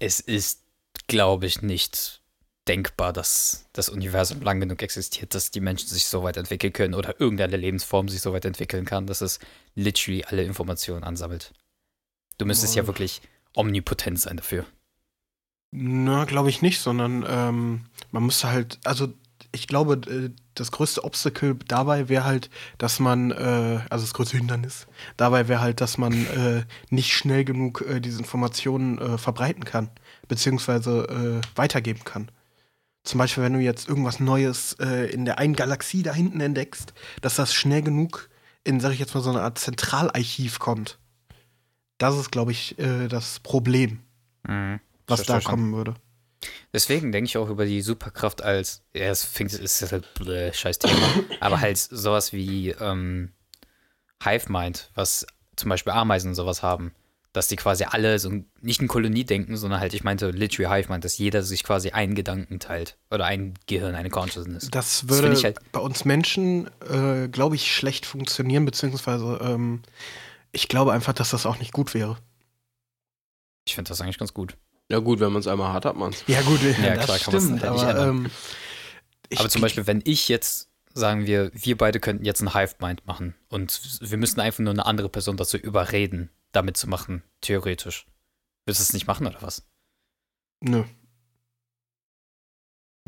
Speaker 3: es ist, glaube ich, nicht denkbar, dass das Universum lang genug existiert, dass die Menschen sich so weit entwickeln können oder irgendeine Lebensform sich so weit entwickeln kann, dass es literally alle Informationen ansammelt. Du müsstest ja
Speaker 4: Boah.
Speaker 3: wirklich omnipotent sein dafür.
Speaker 4: Na, glaube ich nicht, sondern ähm, man müsste halt, also ich glaube, äh, das größte Obstacle dabei wäre halt, dass man, äh, also das größte Hindernis dabei wäre halt, dass man äh, nicht schnell genug äh, diese Informationen äh, verbreiten kann, beziehungsweise äh, weitergeben kann. Zum Beispiel, wenn du jetzt irgendwas Neues äh, in der einen Galaxie da hinten entdeckst, dass das schnell genug in, sag ich jetzt mal, so eine Art Zentralarchiv kommt. Das ist, glaube ich, äh, das Problem, was da kommen würde.
Speaker 3: Deswegen denke ich auch über die Superkraft als, ja, es fängt, es ist halt blöd, scheiß Thema, aber halt sowas wie ähm, Hive Mind, was zum Beispiel Ameisen und sowas haben, dass die quasi alle so ein- nicht in Kolonie denken, sondern halt, ich meinte literally Hive Mind, dass jeder sich quasi einen Gedanken teilt oder ein Gehirn, eine Consciousness.
Speaker 4: Das
Speaker 3: Das
Speaker 4: würde
Speaker 3: find ich halt-
Speaker 4: bei uns Menschen, äh, glaube ich, schlecht funktionieren, beziehungsweise ähm, ich glaube einfach, dass das auch nicht gut wäre.
Speaker 3: Ich finde das eigentlich ganz gut.
Speaker 2: Ja gut, wenn man es einmal hart hat, man
Speaker 4: Ja, gut,
Speaker 3: Ja, klar, kann man's halt nicht
Speaker 4: aber,
Speaker 3: ändern.
Speaker 4: ähm, ich,
Speaker 3: aber zum Beispiel, wenn ich jetzt, sagen wir, wir beide könnten jetzt ein Hive Mind machen und wir müssten einfach nur eine andere Person dazu überreden, damit zu machen, theoretisch. Würdest du es nicht machen oder was?
Speaker 4: Nö.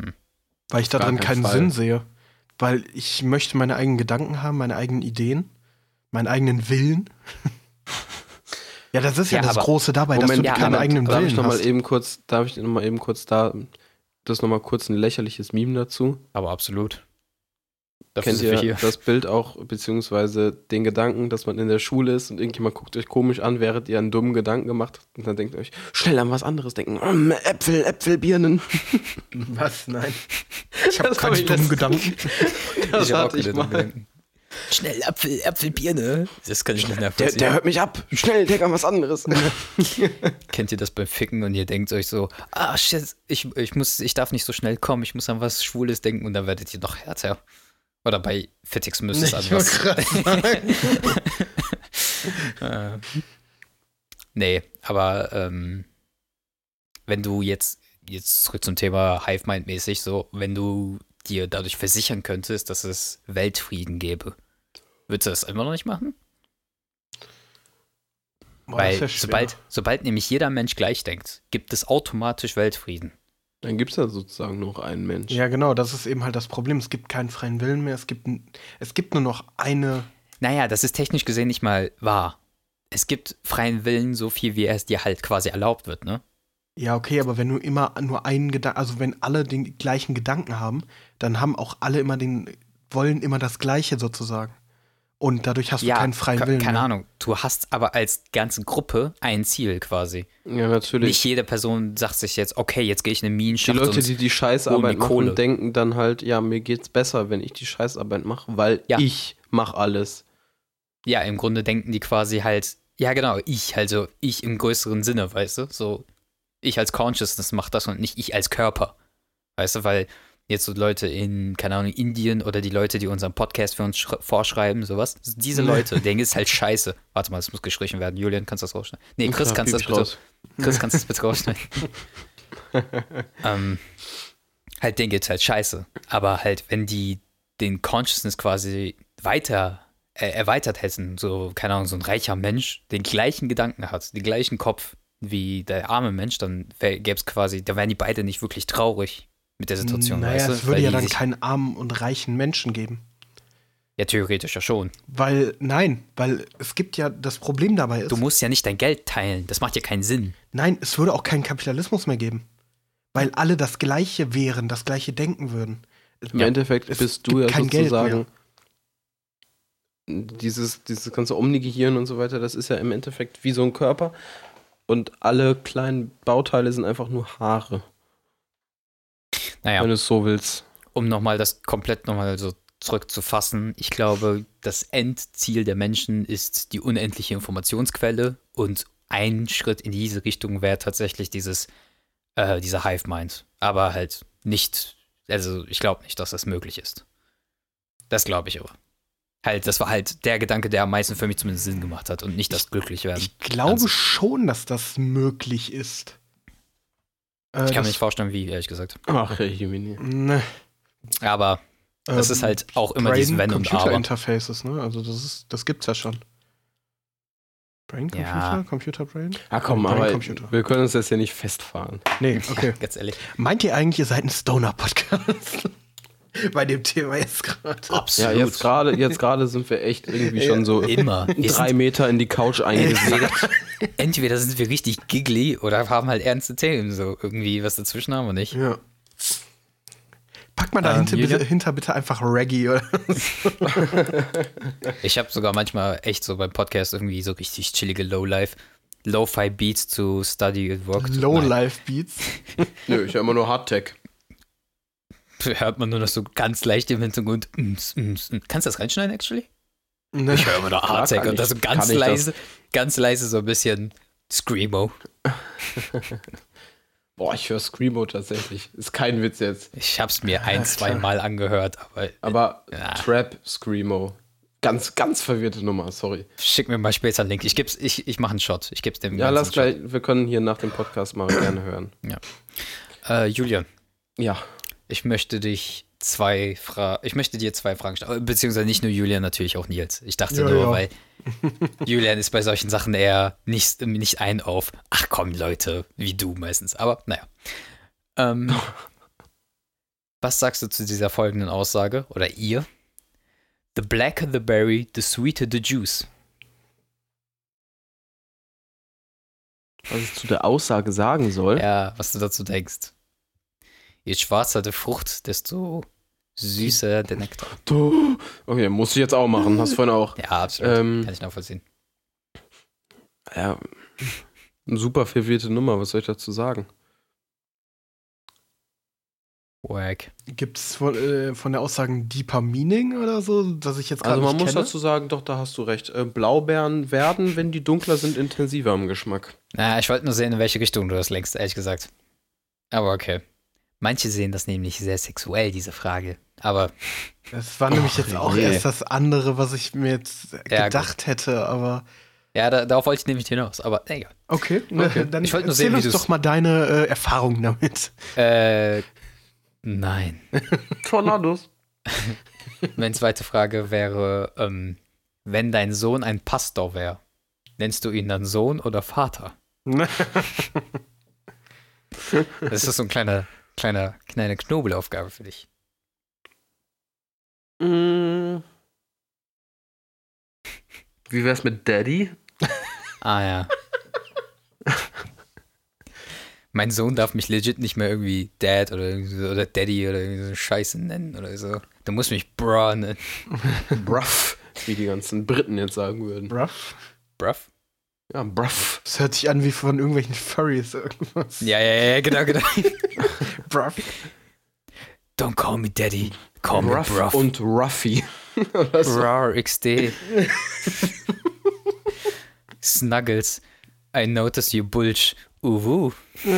Speaker 3: Hm.
Speaker 4: Weil ich
Speaker 2: Gar
Speaker 4: darin
Speaker 2: keinen
Speaker 4: keinen
Speaker 2: Fall.
Speaker 4: Sinn sehe. Weil ich möchte meine eigenen Gedanken haben, meine eigenen Ideen, meinen eigenen Willen. <laughs> ja, das ist ja,
Speaker 3: Ja,
Speaker 4: das
Speaker 3: aber-
Speaker 4: Große dabei, dass
Speaker 2: Moment,
Speaker 4: du
Speaker 3: ja,
Speaker 4: keinen
Speaker 3: Moment,
Speaker 4: eigenen
Speaker 2: Darf ich
Speaker 4: Willen
Speaker 2: nochmal
Speaker 4: hast.
Speaker 2: eben kurz, darf ich nochmal eben kurz da, das nochmal kurz ein lächerliches Meme dazu.
Speaker 3: Aber absolut. Dafür
Speaker 2: Kennt
Speaker 3: sind wir
Speaker 2: ihr
Speaker 3: hier.
Speaker 2: das Bild auch, beziehungsweise den Gedanken, dass man in der Schule ist und irgendjemand guckt euch komisch an, während ihr einen dummen Gedanken gemacht habt und dann denkt ihr euch, schnell an was anderes denken. Mm, Äpfel, Äpfel, Birnen.
Speaker 4: Was? Nein. Ich habe
Speaker 2: Das hab
Speaker 4: keine
Speaker 2: ich letztens-
Speaker 4: dummen <laughs> Gedanken.
Speaker 2: Das
Speaker 3: <laughs> Ich hab auch
Speaker 2: hatte ich
Speaker 3: keine
Speaker 2: mal.
Speaker 3: dummen Gedanken. Schnell Apfel, Apfel, Birne. Das kann ich nicht
Speaker 2: ne? Der,
Speaker 3: nachvollziehen.
Speaker 2: der hört mich ab. Schnell, denk an was
Speaker 3: <laughs>
Speaker 2: anderes.
Speaker 3: Kennt ihr das beim Ficken und ihr denkt euch so, ah shit, ich, ich, muss, ich darf nicht so schnell kommen, ich muss an was Schwules denken und dann werdet ihr noch härter. Oder bei Fittix müsst ihr es an was. Äh, nee, aber ähm, wenn du jetzt, jetzt zurück zum Thema Hive-Mind-mäßig, so, wenn du dir dadurch versichern könntest, dass es Weltfrieden gäbe, würdest du das immer noch nicht machen?
Speaker 4: Boah, das
Speaker 3: Weil
Speaker 4: ist ja schwer.
Speaker 3: sobald, sobald nämlich jeder Mensch gleich denkt, gibt es automatisch Weltfrieden.
Speaker 2: Dann gibt es ja sozusagen noch einen Mensch.
Speaker 4: Ja, genau, das ist eben halt das Problem. Es gibt keinen freien Willen mehr, es gibt, n- es gibt nur noch eine.
Speaker 3: Naja, das ist technisch gesehen nicht mal wahr. Es gibt freien Willen so viel, wie er es dir halt quasi erlaubt wird, ne?
Speaker 4: Ja, okay, aber wenn du immer nur einen Gedanken, also wenn alle den gleichen Gedanken haben, dann haben auch alle immer den, wollen immer das Gleiche sozusagen. Und dadurch hast du keinen freien
Speaker 3: ke-
Speaker 4: Willen. ne?
Speaker 3: Keine
Speaker 4: mehr.
Speaker 3: Ahnung. Du hast aber als ganze Gruppe ein Ziel quasi.
Speaker 2: Ja, natürlich.
Speaker 3: Nicht jede Person sagt sich jetzt, okay, jetzt gehe ich in eine
Speaker 2: Die
Speaker 3: Minenschacht
Speaker 2: Leute,
Speaker 3: und
Speaker 2: die die Scheißarbeit
Speaker 3: Oh, die
Speaker 2: machen,
Speaker 3: Kohle.
Speaker 2: denken dann halt, ja, mir geht's besser, wenn ich die Scheißarbeit mache, weil
Speaker 3: Ja.
Speaker 2: ich mache alles.
Speaker 3: ja, im Grunde denken die quasi halt, ja genau, ich, also ich im größeren Sinne, weißt du? So, ich als Consciousness mache das und nicht ich als Körper. Weißt du, weil jetzt so Leute in, keine Ahnung, Indien oder die Leute, die unseren Podcast für uns schre- vorschreiben, sowas, diese Leute,
Speaker 2: <laughs>
Speaker 3: denen ist halt scheiße. Warte mal, das muss gestrichen werden. Julian, kannst du das rausschneiden? Nee, Chris,
Speaker 2: Ja,
Speaker 3: kannst du das
Speaker 2: piep ich
Speaker 3: bitte
Speaker 2: raus.
Speaker 3: Chris, kannst du das bitte
Speaker 4: <laughs>
Speaker 3: rausschneiden? ähm, halt, denen geht's halt scheiße. Aber halt, wenn die den Consciousness quasi weiter äh, erweitert hätten, so, keine Ahnung, so ein reicher Mensch, den gleichen Gedanken hat, den gleichen Kopf wie der arme Mensch, dann gäbe es quasi, da wären die beide nicht wirklich traurig mit der Situation,
Speaker 4: naja,
Speaker 3: weißt du?
Speaker 4: es würde
Speaker 3: Weil
Speaker 4: ja
Speaker 3: die
Speaker 4: dann
Speaker 3: sich-
Speaker 4: keinen armen und reichen Menschen geben.
Speaker 3: Ja, theoretisch ja schon.
Speaker 4: Weil, nein, weil es gibt ja, das Problem dabei ist,
Speaker 3: Du musst ja nicht dein Geld teilen, das macht ja keinen Sinn.
Speaker 4: nein, es würde auch keinen Kapitalismus mehr geben. Weil alle das Gleiche wären, das Gleiche denken würden.
Speaker 2: Im
Speaker 4: Ja.
Speaker 2: Endeffekt
Speaker 4: Es
Speaker 2: bist
Speaker 4: gibt
Speaker 2: du ja
Speaker 4: kein Geld
Speaker 2: sozusagen dieses, dieses ganze Omnigehirn und so weiter, das ist ja im Endeffekt wie so ein Körper und alle kleinen Bauteile sind einfach nur Haare,
Speaker 3: Naja.
Speaker 2: wenn du es so willst.
Speaker 3: um nochmal das komplett nochmal so zurückzufassen, ich glaube, das Endziel der Menschen ist die unendliche Informationsquelle und ein Schritt in diese Richtung wäre tatsächlich dieses, äh, dieser Hive-Mind. Aber halt nicht, also ich glaube nicht, dass das möglich ist. Das glaube ich aber. Halt, das war halt der Gedanke, der am meisten für mich zumindest Sinn gemacht hat und nicht das Glücklichwerden.
Speaker 4: Ich glaube
Speaker 3: also-
Speaker 4: schon, dass das möglich ist.
Speaker 3: Ich
Speaker 4: Äh,
Speaker 3: kann
Speaker 4: das-
Speaker 3: mir nicht vorstellen, wie, ehrlich gesagt.
Speaker 2: Ach, ich bin
Speaker 4: Ne,
Speaker 3: Aber das
Speaker 4: ähm,
Speaker 3: ist halt auch immer dieses Wenn und
Speaker 4: Computer
Speaker 3: Aber.
Speaker 4: Interfaces, ne? Also das ist, das gibt's ja schon. Brain Computer,
Speaker 3: Ja.
Speaker 4: Computer Brain?
Speaker 2: Ah komm,
Speaker 4: Brain
Speaker 2: aber
Speaker 4: Computer.
Speaker 2: wir können uns das ja nicht festfahren.
Speaker 3: <laughs>
Speaker 4: Nee, okay.
Speaker 3: Ganz ehrlich.
Speaker 4: Meint ihr eigentlich, ihr seid ein Stoner Podcast? <laughs> Bei dem Thema jetzt gerade.
Speaker 2: Ja,
Speaker 3: Absolut.
Speaker 2: jetzt gerade jetzt gerade sind wir echt irgendwie schon so <laughs>
Speaker 3: Immer. Wir sind
Speaker 2: drei Meter in die Couch eingesackt.
Speaker 3: entweder sind wir richtig giggly oder haben halt ernste Themen, so irgendwie was dazwischen haben wir nicht.
Speaker 4: Ja. Pack mal dahinter
Speaker 3: Ähm,
Speaker 4: bitte,
Speaker 3: Julian? hinter
Speaker 4: hinter bitte einfach Reggae oder
Speaker 3: Ich habe sogar manchmal echt so beim Podcast irgendwie so richtig chillige Lowlife, Lo-Fi Beats zu Study and Work. to-
Speaker 4: Low Life Beats.
Speaker 3: <laughs>
Speaker 2: Nö, ich höre immer nur Hardtech.
Speaker 3: Nein, hört man nur noch so ganz leicht im Hintergrund. Ms, ms, ms. Kannst du das reinschneiden, actually?
Speaker 4: Ne?
Speaker 3: Ich höre immer noch
Speaker 2: Klar
Speaker 3: Hardtech
Speaker 2: kann
Speaker 3: und das so
Speaker 2: ich-
Speaker 3: ganz
Speaker 2: kann ich das.
Speaker 3: leise, ganz leise so ein bisschen Screamo.
Speaker 2: Boah, ich höre Screamo tatsächlich. Ist kein Witz jetzt.
Speaker 3: Ich hab's mir ein, zwei Mal angehört, aber
Speaker 2: Aber
Speaker 3: Ja.
Speaker 2: Trap Screamo. Ganz, ganz verwirrte Nummer, sorry.
Speaker 3: schick mir mal später einen Link. Ich geb's, ich, ich mache einen Shot. Ich geb's dem
Speaker 2: Ja,
Speaker 3: Ganzen
Speaker 2: lass
Speaker 3: einen
Speaker 2: gleich, wir können hier nach dem Podcast mal gerne hören.
Speaker 3: Shot. Äh, Julian.
Speaker 2: Ja.
Speaker 3: Ich möchte dich zwei Fra ich möchte dir zwei Fragen stellen, beziehungsweise nicht nur Julian, natürlich auch Nils. Ich dachte
Speaker 4: Ja,
Speaker 3: nur,
Speaker 4: ja.
Speaker 3: weil <laughs> Julian ist bei solchen Sachen eher nicht, nicht ein auf, ach komm Leute, wie du meistens, aber naja.
Speaker 4: <laughs>
Speaker 3: Ähm, was sagst du zu dieser folgenden Aussage, oder ihr? The blacker the berry, the sweeter the juice.
Speaker 2: Was ich zu der Aussage sagen soll.
Speaker 3: Ja, was du dazu denkst. Je schwarzer die Frucht, desto süßer der Nektar.
Speaker 2: Du- Okay, muss ich jetzt auch machen, hast vorhin <laughs> auch.
Speaker 3: Ja, absolut.
Speaker 2: Ähm.
Speaker 3: Kann ich nachvollziehen.
Speaker 2: Ja. Eine super verwirrte Nummer, was soll ich dazu sagen?
Speaker 3: Wack.
Speaker 4: Gibt es von, äh, von der Aussagen deeper Meaning oder so, dass ich jetzt gerade
Speaker 2: Also man
Speaker 4: nicht
Speaker 2: muss
Speaker 4: kenne?
Speaker 2: dazu sagen, doch, da hast du recht. Äh, Blaubeeren werden, wenn die dunkler sind, intensiver im Geschmack.
Speaker 3: Naja, ich wollte nur sehen, in welche Richtung du das lenkst, ehrlich gesagt. Aber okay. Manche sehen das nämlich sehr sexuell, diese Frage. Aber
Speaker 4: Das war nämlich
Speaker 2: Och,
Speaker 4: jetzt auch
Speaker 2: je.
Speaker 4: erst das andere, was ich mir jetzt
Speaker 3: Ja,
Speaker 4: gedacht hätte, aber
Speaker 3: ja, da, darauf wollte ich nämlich hinaus. Aber egal.
Speaker 4: okay, ne, dann
Speaker 3: Ich
Speaker 4: erzähl
Speaker 3: wollte nur sehen, wie
Speaker 4: uns
Speaker 3: du's-
Speaker 4: doch mal deine äh, Erfahrung damit.
Speaker 3: Äh, nein.
Speaker 2: Tornados.
Speaker 3: Meine zweite Frage wäre, ähm, wenn dein Sohn ein Pastor wäre, nennst du ihn dann Sohn
Speaker 2: <laughs>
Speaker 3: oder Vater? Das ist so ein kleiner, kleiner, kleine Knobelaufgabe für dich.
Speaker 2: Mm. Wie wär's mit Daddy?
Speaker 3: Ah ja. mein Sohn darf mich legit nicht mehr irgendwie Dad oder, irgendwie so- oder Daddy oder irgendwie so Scheiße nennen oder so. Du musst mich Bra nennen.
Speaker 2: <laughs> Bruff. wie die ganzen Briten jetzt sagen würden.
Speaker 4: Bruff?
Speaker 3: Bruff?
Speaker 2: Ja, bruff.
Speaker 4: Das hört sich an wie von irgendwelchen Furries <laughs> irgendwas.
Speaker 3: Ja, ja, ja, genau,
Speaker 2: <laughs>
Speaker 3: genau.
Speaker 4: Bruff.
Speaker 3: Don't call me daddy, call
Speaker 2: Bruff,
Speaker 3: me Bruff.
Speaker 2: und Ruffy. Oder so.
Speaker 3: Rar XD. <laughs> Snuggles. I notice you bulge.
Speaker 2: <laughs>
Speaker 3: Uhu. <laughs>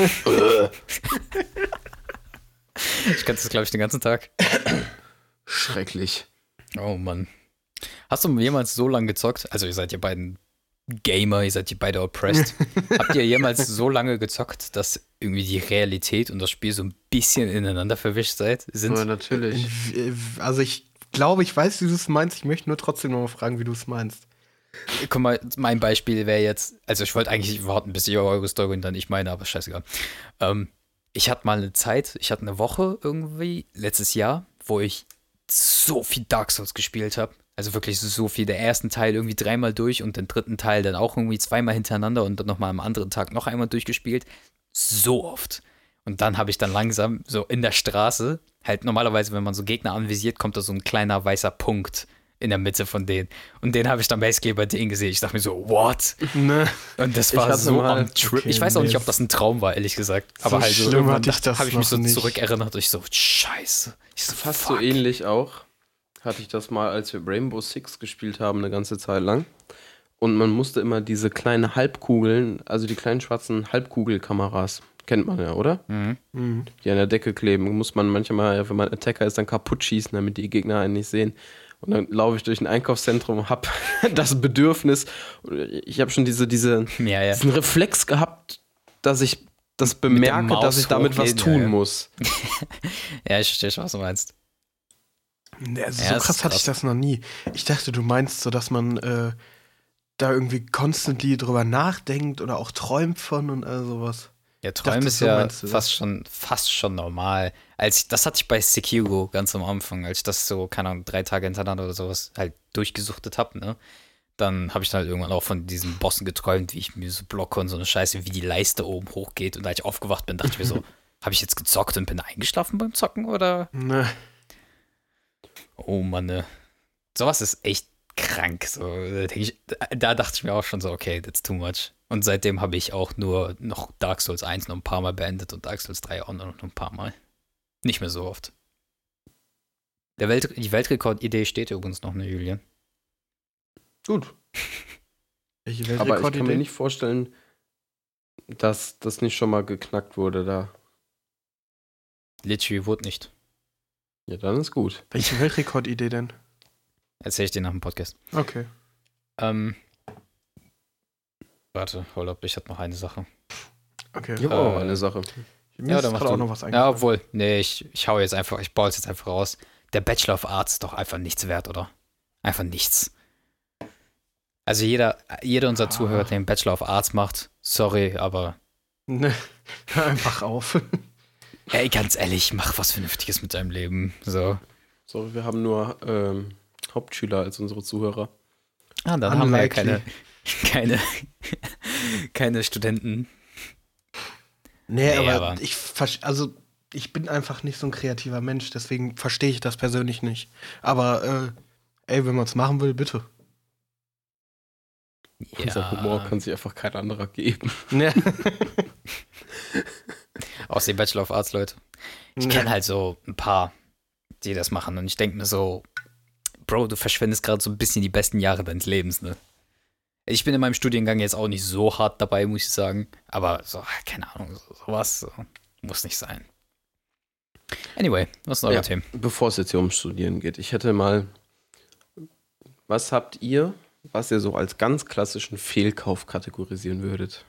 Speaker 3: ich kann das, glaube ich, den ganzen Tag.
Speaker 2: Schrecklich.
Speaker 3: Oh Mann. Hast du jemals so lange gezockt? Also, ihr seid ja beiden Gamer, ihr seid ja beide <laughs> oppressed. Habt ihr jemals so lange gezockt, dass irgendwie die Realität und das Spiel so ein bisschen ineinander verwischt seid? Sind?
Speaker 2: Aber natürlich.
Speaker 4: Also ich glaube, ich weiß, wie du es meinst. Ich möchte nur trotzdem nochmal fragen, wie du es meinst.
Speaker 3: Guck mal, mein Beispiel wäre jetzt, also ich wollte eigentlich warten, bis ihr eure Story und dann ich meine, aber scheißegal. Ähm, ich hatte mal eine Zeit, ich hatte eine Woche irgendwie, letztes Jahr, wo ich so viel Dark Souls gespielt habe. Also wirklich so viel. Der ersten Teil irgendwie dreimal durch und den dritten Teil dann auch irgendwie zweimal hintereinander und dann nochmal am anderen Tag noch einmal durchgespielt. So oft. Und dann habe ich dann langsam so in der Straße, halt normalerweise, wenn man so Gegner anvisiert, kommt da so ein kleiner weißer Punkt in der Mitte von denen. Und den habe ich dann basically bei denen gesehen. Ich dachte mir so, what?
Speaker 4: Ne?
Speaker 3: Und das
Speaker 2: Ich
Speaker 3: war
Speaker 2: hatte
Speaker 3: so
Speaker 2: mal-
Speaker 3: am Trip.
Speaker 4: okay,
Speaker 3: ich weiß auch
Speaker 4: nee,
Speaker 3: nicht, ob das ein Traum war, ehrlich gesagt.
Speaker 4: so
Speaker 3: Aber halt so
Speaker 4: schlimm
Speaker 3: irgendwann
Speaker 4: hatte ich
Speaker 3: dachte-
Speaker 4: das
Speaker 3: habe ich mich
Speaker 4: noch
Speaker 3: so
Speaker 4: nicht.
Speaker 3: zurückerinnert. Ich so, scheiße. Ich so,
Speaker 2: Fast
Speaker 3: fuck.
Speaker 2: so ähnlich auch. Hatte ich das mal, als wir Rainbow Six gespielt haben, eine ganze Zeit lang. Und man musste immer diese kleinen Halbkugeln, also die kleinen schwarzen Halbkugelkameras, kennt man ja, oder?
Speaker 3: Mhm.
Speaker 2: Die an der Decke kleben. Muss man manchmal, wenn man Attacker ist, dann kaputt schießen, damit die Gegner einen nicht sehen. Und dann laufe ich durch ein Einkaufszentrum, hab <laughs> das Bedürfnis, ich habe schon diese, diese,
Speaker 3: Ja, ja.
Speaker 2: diesen Reflex gehabt, dass ich das
Speaker 3: der
Speaker 2: bemerke, dass
Speaker 3: Maus
Speaker 2: ich damit was
Speaker 3: hochgehen, ja,
Speaker 2: tun
Speaker 3: ja.
Speaker 2: muss.
Speaker 3: ja, ich verstehe schon, was du meinst.
Speaker 4: Ne, also
Speaker 3: Ja,
Speaker 4: so
Speaker 3: das ist
Speaker 4: krass hatte ich das noch nie. Ich dachte, du meinst so, dass man äh, da irgendwie constantly drüber nachdenkt oder auch träumt von und all sowas.
Speaker 3: Ja, Träumen
Speaker 4: dachte,
Speaker 3: ist
Speaker 4: so
Speaker 3: ja
Speaker 4: meinst du das.
Speaker 3: fast schon, fast schon normal. Als ich, das hatte ich bei Sekiro ganz am Anfang, als ich das so, keine Ahnung, drei Tage hintereinander oder sowas halt durchgesuchtet habe, ne? Dann habe ich dann halt irgendwann auch von diesen Bossen geträumt, wie ich mir so blocke und so eine Scheiße, wie die Leiste oben hochgeht. Und als ich aufgewacht bin, dachte ich mir
Speaker 4: <laughs>
Speaker 3: so, habe ich jetzt gezockt und bin eingeschlafen beim Zocken oder?
Speaker 4: Ne.
Speaker 3: Oh Mann, ne. sowas ist echt krank. So, da, denk ich, da dachte ich mir auch schon so, okay, that's too much. Und seitdem habe ich auch nur noch Dark Souls 1 noch ein paar Mal beendet und Dark Souls 3 auch nur noch ein paar Mal. Nicht mehr so oft. Der Welt, die Weltrekordidee steht übrigens noch, ne, Julian?
Speaker 2: Gut.
Speaker 4: Welche
Speaker 2: Aber ich kann
Speaker 4: Weltrekordidee?
Speaker 2: mir nicht vorstellen, dass das nicht schon mal geknackt wurde da.
Speaker 3: Literally wurde nicht.
Speaker 2: Ja, dann ist gut.
Speaker 4: Welche Weltrekordidee denn?
Speaker 3: Erzähle ich dir nach dem Podcast.
Speaker 4: Okay.
Speaker 3: Ähm, warte, hold up, ich hatte noch eine Sache.
Speaker 4: Okay.
Speaker 2: Ich habe auch Ah, eine Sache.
Speaker 4: Mir
Speaker 3: Ja,
Speaker 4: ist
Speaker 3: dann mach
Speaker 4: gerade auch
Speaker 3: du.
Speaker 4: noch was eingefallen.
Speaker 3: Ja, obwohl, nee, ich, ich hau jetzt einfach, ich baue jetzt einfach raus. Der Bachelor of Arts ist doch einfach nichts wert, oder? Einfach nichts. Also jeder, jeder unserer
Speaker 4: Ah.
Speaker 3: Zuhörer, der einen Bachelor of Arts macht, sorry, aber
Speaker 4: Ne. <laughs> Hör
Speaker 3: <laughs>
Speaker 4: einfach auf.
Speaker 3: ey, ganz ehrlich, mach was Vernünftiges mit deinem Leben. So.
Speaker 2: So, wir haben nur ähm, Hauptschüler als unsere Zuhörer.
Speaker 3: Ah, dann haben wir ja
Speaker 4: Unlikely.
Speaker 3: keine, keine, <laughs> keine Studenten.
Speaker 4: Nee,
Speaker 3: Nee,
Speaker 4: aber,
Speaker 3: aber-
Speaker 4: ich versch- also ich bin einfach nicht so ein kreativer Mensch, deswegen verstehe ich das persönlich nicht. Aber äh, ey, wenn man es machen will, bitte.
Speaker 2: Unser Humor kann sich einfach kein anderer geben.
Speaker 4: Nee.
Speaker 3: Aus dem Bachelor of Arts, Leute. Ich
Speaker 4: <laughs> Nee.
Speaker 3: kenne halt so ein paar, die das machen. Und ich denke mir so, Bro, du verschwendest gerade so ein bisschen die besten Jahre deines Lebens, ne? Ich bin in meinem Studiengang jetzt auch nicht so hart dabei, muss ich sagen. Aber so, ah, keine Ahnung, so- sowas so, muss nicht sein. Anyway, was sind eure
Speaker 2: Ja.
Speaker 3: Themen?
Speaker 2: Bevor es jetzt hier ums Studieren geht, ich hätte mal, was habt ihr, was ihr so als ganz klassischen Fehlkauf kategorisieren würdet?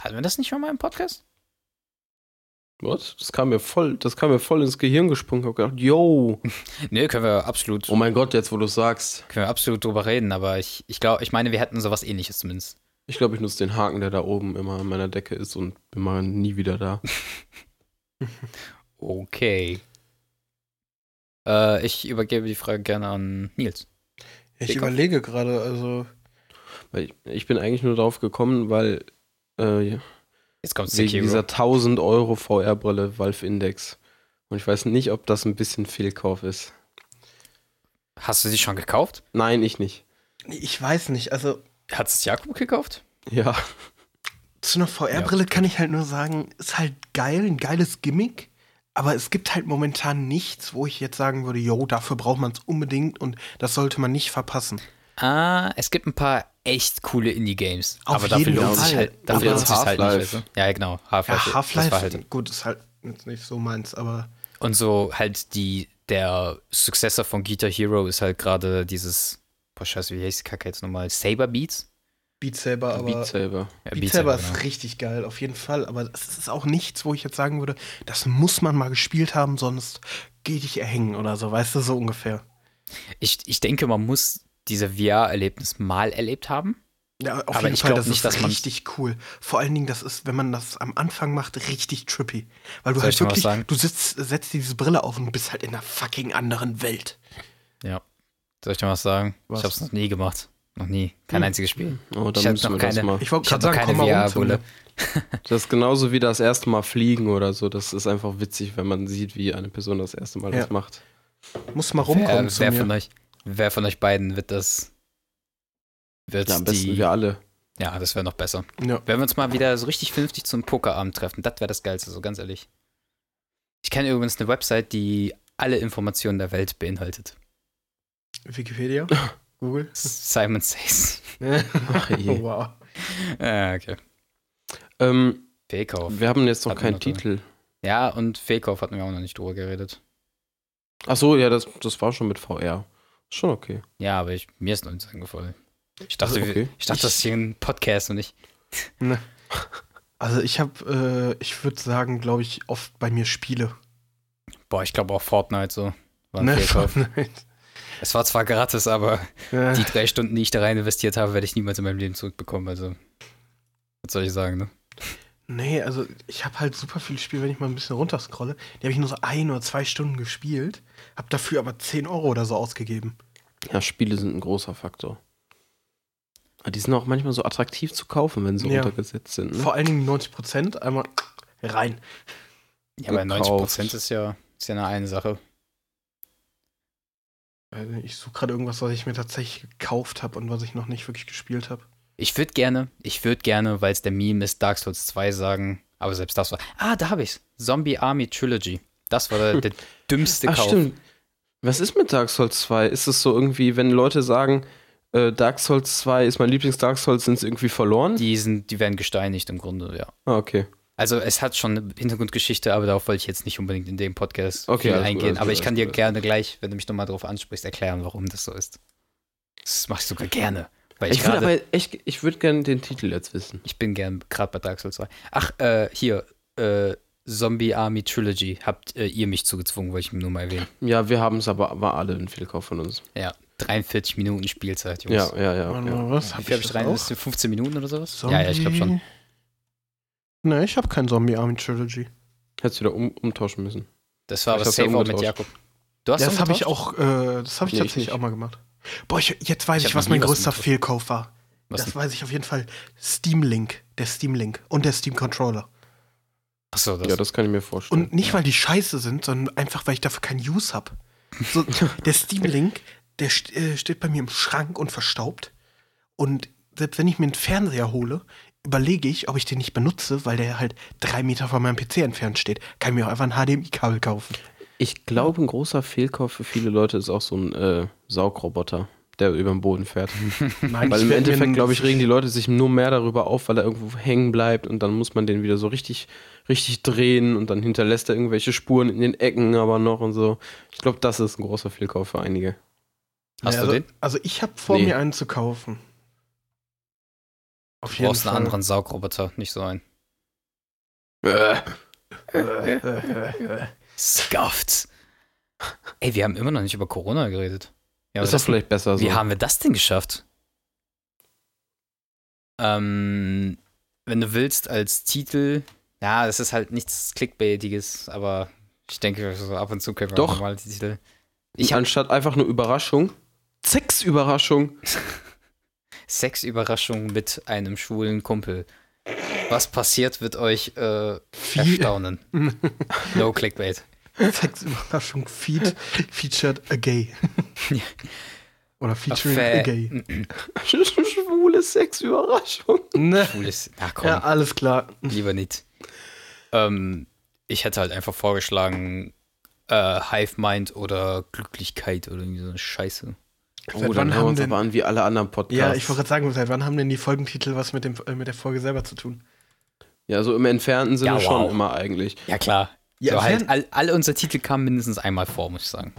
Speaker 3: Hatten wir das nicht schon mal im Podcast?
Speaker 2: Was? Das kam mir voll, das kam mir voll ins Gehirn gesprungen. Ich habe gedacht, yo,
Speaker 3: Nee, können wir absolut,
Speaker 2: oh mein Gott, jetzt wo du sagst,
Speaker 3: können wir absolut drüber reden, aber ich, ich glaube, ich meine, wir hätten sowas ähnliches zumindest.
Speaker 2: ich glaube, ich nutze den Haken, der da oben immer an meiner Decke ist und bin mal nie wieder da.
Speaker 3: Okay. Äh, ich übergebe die Frage gerne an Nils.
Speaker 4: Ich überlege gerade, also
Speaker 2: Weil ich, ich bin eigentlich nur drauf gekommen, weil äh,
Speaker 3: Jetzt kommt
Speaker 2: wegen
Speaker 3: Sekiro.
Speaker 2: dieser 1000 Euro VR-Brille Valve Index. Und ich weiß nicht, ob das ein bisschen Fehlkauf ist.
Speaker 3: Hast du sie schon gekauft?
Speaker 2: Nein, ich nicht.
Speaker 4: Ich weiß nicht, also
Speaker 3: Hat es Jakob gekauft?
Speaker 2: Ja.
Speaker 4: zu einer VR-Brille kann ich halt nur sagen, ist halt geil, ein geiles Gimmick. Aber es gibt halt momentan nichts, wo ich jetzt sagen würde, yo, dafür braucht man es unbedingt und das sollte man nicht verpassen.
Speaker 3: Ah, es gibt ein paar echt coole Indie-Games.
Speaker 4: Auf
Speaker 3: Aber dafür
Speaker 4: jeden
Speaker 3: lohnt sich
Speaker 4: Fall.
Speaker 3: halt, dafür
Speaker 2: Aber
Speaker 3: lohnt sich halt nicht.
Speaker 2: Half-Life.
Speaker 3: weißt du? Ja, genau. Half-Life.
Speaker 4: Ja,
Speaker 3: das
Speaker 4: Half-Life,
Speaker 3: war halt-
Speaker 4: gut, ist halt jetzt nicht so meins, aber
Speaker 3: Und so halt die, der Successor von Guitar Hero ist halt gerade dieses, boah, scheiße, wie heißt die Kacke jetzt nochmal? Saber Beats?
Speaker 4: Beat Saber, aber
Speaker 2: Beat Saber.
Speaker 3: Ja,
Speaker 4: Beat Saber
Speaker 3: genau.
Speaker 4: ist richtig geil, auf jeden Fall. Aber es ist auch nichts, wo ich jetzt sagen würde, das muss man mal gespielt haben, sonst geh dich erhängen oder so, weißt du, so ungefähr.
Speaker 3: Ich, ich denke, man muss diese VR-Erlebnis mal erlebt haben.
Speaker 4: Ja, auf
Speaker 3: Aber
Speaker 4: jeden
Speaker 3: ich
Speaker 4: Fall,
Speaker 3: glaub
Speaker 4: das
Speaker 3: nicht, dass
Speaker 4: ist
Speaker 3: man's-
Speaker 4: richtig cool. Vor allen Dingen, das ist, wenn man das am Anfang macht, richtig trippy. Weil du
Speaker 3: Soll ich
Speaker 4: halt
Speaker 3: dir mal was
Speaker 4: wirklich,
Speaker 3: sagen?
Speaker 4: du sitzt, setzt dir diese Brille auf und bist halt in einer fucking anderen Welt.
Speaker 3: Ja. Soll ich dir mal was sagen?
Speaker 4: Was?
Speaker 3: Ich hab's noch nie gemacht. Noch nie. Kein einziges Spiel.
Speaker 2: Oh,
Speaker 3: Ich
Speaker 2: dann
Speaker 3: hab
Speaker 2: müssen wir
Speaker 3: noch
Speaker 2: das
Speaker 3: keine-
Speaker 2: mal.
Speaker 4: Ich wollte
Speaker 3: Ich hab
Speaker 4: gerade
Speaker 3: noch keine
Speaker 4: sagen, komm mal rum zu
Speaker 3: VR-Brille.
Speaker 4: mir.
Speaker 2: Das ist genauso wie das erste Mal fliegen oder so. Das ist einfach witzig, wenn man sieht, wie eine Person das erste Mal
Speaker 4: Ja.
Speaker 2: das macht.
Speaker 4: Muss mal
Speaker 3: Wer,
Speaker 4: rumkommen zu
Speaker 3: wer,
Speaker 4: mir.
Speaker 3: von euch, wer von euch beiden wird das. Wird
Speaker 2: Ja, am besten
Speaker 3: die.
Speaker 2: wir alle.
Speaker 3: Ja, das wäre noch besser.
Speaker 4: Ja.
Speaker 3: Wenn wir uns mal wieder so richtig vernünftig zum Pokerabend treffen, das wäre das Geilste, so ganz ehrlich. Ich kenne übrigens eine Website, die alle Informationen der Welt beinhaltet.
Speaker 4: <laughs> Wikipedia? Google? Oh,
Speaker 3: Simon Says. <laughs>
Speaker 2: Ach, je.
Speaker 4: wow.
Speaker 3: ah, okay.
Speaker 2: ähm,
Speaker 3: Fehlkauf.
Speaker 2: wir haben jetzt noch
Speaker 3: Hat man
Speaker 2: keinen
Speaker 3: noch drin.
Speaker 2: Titel.
Speaker 3: Ja, und Fehlkauf hatten wir auch noch nicht drüber geredet.
Speaker 2: Ach so, ja, das, das war schon mit VR. Schon okay.
Speaker 3: Ja, aber ich, mir ist noch nichts angefallen. Ich dachte,
Speaker 2: Also,
Speaker 3: wir-
Speaker 2: okay.
Speaker 3: ich dachte, das ist hier ein Podcast und ich.
Speaker 4: Also ich habe, äh, ich würde sagen, glaube ich, oft bei mir Spiele.
Speaker 3: Boah, ich glaube auch Fortnite so. War ein
Speaker 4: Ne? <laughs>
Speaker 3: Fehlkauf.
Speaker 4: Fortnite.
Speaker 3: Es war zwar gratis, aber
Speaker 4: Ja.
Speaker 3: die drei Stunden, die ich da rein investiert habe, werde ich niemals in meinem Leben zurückbekommen. Also, was soll ich sagen, ne?
Speaker 4: Nee, also ich habe halt super viele Spiele, wenn ich mal ein bisschen runterscrolle. Die habe ich nur so ein oder zwei Stunden gespielt, habe dafür aber 10 Euro oder so ausgegeben.
Speaker 2: Ja, Spiele sind ein großer Faktor. Aber die sind auch manchmal so attraktiv zu kaufen, wenn sie
Speaker 4: Ja.
Speaker 2: runtergesetzt sind. Ne?
Speaker 4: Vor allen Dingen 90 Prozent, einmal rein.
Speaker 3: Ja, aber 90
Speaker 2: gekauft.
Speaker 3: Prozent ist ja, ist ja eine eine Sache.
Speaker 4: Also Ich suche gerade irgendwas, was ich mir tatsächlich gekauft habe und was ich noch nicht wirklich gespielt habe.
Speaker 3: Ich würde gerne, ich würde gerne, weil es der Meme ist, Dark Souls 2 sagen, aber selbst das war. Ah, da habe ich's. Zombie Army Trilogy. Das war der, der dümmste
Speaker 2: Ach,
Speaker 3: Kauf.
Speaker 2: stimmt. Was ist mit Dark Souls 2? Ist es so irgendwie, wenn Leute sagen, äh, Dark Souls 2 ist mein Lieblings-Dark Souls, sind sie irgendwie verloren?
Speaker 3: Die, sind, die werden gesteinigt im Grunde, ja.
Speaker 2: ah, okay.
Speaker 3: Also es hat schon eine Hintergrundgeschichte, aber darauf wollte ich jetzt nicht unbedingt in dem Podcast
Speaker 2: Okay,
Speaker 3: viel
Speaker 2: alles gut,
Speaker 3: eingehen.
Speaker 2: alles
Speaker 3: aber
Speaker 2: gut,
Speaker 3: ich kann
Speaker 2: alles
Speaker 3: dir
Speaker 2: gut.
Speaker 3: gerne gleich, wenn du mich nochmal darauf ansprichst, erklären, warum das so ist. Das mache ich sogar gerne. Weil ich,
Speaker 2: Ich würde
Speaker 3: gerade,
Speaker 2: aber echt, ich würde gerne den Titel jetzt wissen.
Speaker 3: ich bin gern gerade bei Dark Souls 2. Ach, äh, hier, äh, Zombie Army Trilogy habt äh, ihr mich zugezwungen, wollte ich nur mal erwähnen.
Speaker 2: Ja, wir haben es aber war alle ein Fehlkauf von uns.
Speaker 3: Ja, 43 Minuten Spielzeit, Jungs.
Speaker 2: Ja, ja, ja.
Speaker 4: Warte
Speaker 2: ja.
Speaker 4: mal, was?
Speaker 3: Wie viel habe ich
Speaker 4: das
Speaker 3: rein?
Speaker 4: auch?
Speaker 3: Ist 15 Minuten oder sowas?
Speaker 4: Zombie?
Speaker 3: Ja, ja, ich glaube schon.
Speaker 4: Nee, ich habe kein Zombie Army Trilogy.
Speaker 2: Hättest du wieder um, umtauschen müssen.
Speaker 3: Das war
Speaker 2: Ich
Speaker 3: aber
Speaker 2: hab's ja
Speaker 3: safe auch mit
Speaker 2: umgetauscht.
Speaker 3: Jakob. Du hast
Speaker 4: Ja, das habe ich
Speaker 3: umgetauscht?
Speaker 4: auch, äh, das habe ich
Speaker 2: Nee, ich
Speaker 4: tatsächlich
Speaker 2: nicht.
Speaker 4: auch mal gemacht. Boah, ich, jetzt weiß
Speaker 3: Ich
Speaker 4: ich,
Speaker 3: hab
Speaker 4: was
Speaker 3: noch nie
Speaker 4: mein
Speaker 3: was
Speaker 4: größter
Speaker 3: mit-
Speaker 4: Fehlkauf war.
Speaker 3: Was
Speaker 4: das
Speaker 3: denn?
Speaker 4: weiß ich auf jeden Fall. Steam Link, der Steam Link und der Steam Controller.
Speaker 3: Achso, das,
Speaker 2: Ja, das kann ich mir vorstellen.
Speaker 4: Und nicht, weil die scheiße sind, sondern einfach, weil ich dafür keinen Use habe. <laughs> So, der Steam Link, der st äh, steht bei mir im Schrank und verstaubt. Und selbst wenn ich mir einen Fernseher hole, überlege ich, ob ich den nicht benutze, weil der halt drei Meter von meinem PC entfernt steht. Kann ich mir auch einfach ein HDMI-Kabel kaufen.
Speaker 2: ich glaube, ein großer Fehlkauf für viele Leute ist auch so ein äh, Saugroboter, der über den Boden fährt.
Speaker 4: Nein,
Speaker 2: Weil
Speaker 4: ich
Speaker 2: im
Speaker 4: werd mir
Speaker 2: Endeffekt,
Speaker 4: einen-
Speaker 2: glaube ich, regen die Leute sich nur mehr darüber auf, weil er irgendwo hängen bleibt und dann muss man den wieder so richtig, richtig drehen und dann hinterlässt er irgendwelche Spuren in den Ecken aber noch und so. Ich glaube, das ist ein großer Fehlkauf für einige.
Speaker 3: Hast du
Speaker 4: Nee, also,
Speaker 3: den?
Speaker 4: Also ich habe vor,
Speaker 2: Nee.
Speaker 4: mir einen zu kaufen. Auf
Speaker 3: Du brauchst einen anderen Saugroboter, nicht so einen.
Speaker 4: Äh,
Speaker 3: Scuffed. Ey, wir haben immer noch nicht über Corona geredet. Ja,
Speaker 2: ist
Speaker 3: aber
Speaker 2: doch
Speaker 3: das-
Speaker 2: vielleicht besser so.
Speaker 3: Wie haben wir das denn geschafft? Ähm, wenn du willst, als Titel. Ja, das ist halt nichts Clickbaitiges, aber ich denke, so ab und zu können wir
Speaker 2: Doch.
Speaker 3: auch mal die Titel.
Speaker 2: ich
Speaker 3: Ich hab-
Speaker 2: Anstatt einfach eine Überraschung. Sexüberraschung.
Speaker 3: Sexüberraschung mit einem schwulen Kumpel. Was passiert, wird euch äh,
Speaker 4: Viel-
Speaker 3: erstaunen. no Clickbait.
Speaker 4: Sexüberraschung Feed featured
Speaker 3: <laughs>
Speaker 4: a gay. Oder featuring a,
Speaker 3: Fä-
Speaker 4: gay.
Speaker 2: Schwule Sexüberraschung.
Speaker 4: Ne?
Speaker 3: Cooles. Na komm,
Speaker 4: Ja, alles klar.
Speaker 3: lieber nicht. Ähm, ich hätte halt einfach vorgeschlagen, äh, Hive Mind oder Glücklichkeit oder irgendwie so eine Scheiße.
Speaker 2: Oh,
Speaker 4: Seit
Speaker 2: dann
Speaker 4: wann
Speaker 2: haben wir
Speaker 4: haben
Speaker 2: uns
Speaker 4: denn-
Speaker 2: aber an wie alle anderen Podcasts.
Speaker 4: Ja, ich wollte gerade sagen, seit wann haben denn die Folgentitel was mit, dem, äh, mit der Folge selber zu tun?
Speaker 2: Ja, so im entfernten Sinne
Speaker 3: Ja, wow.
Speaker 2: schon immer eigentlich.
Speaker 3: Ja, klar.
Speaker 4: Ja,
Speaker 3: so halt,
Speaker 4: wenn-
Speaker 3: all, all unsere Titel kamen mindestens einmal vor, muss ich sagen.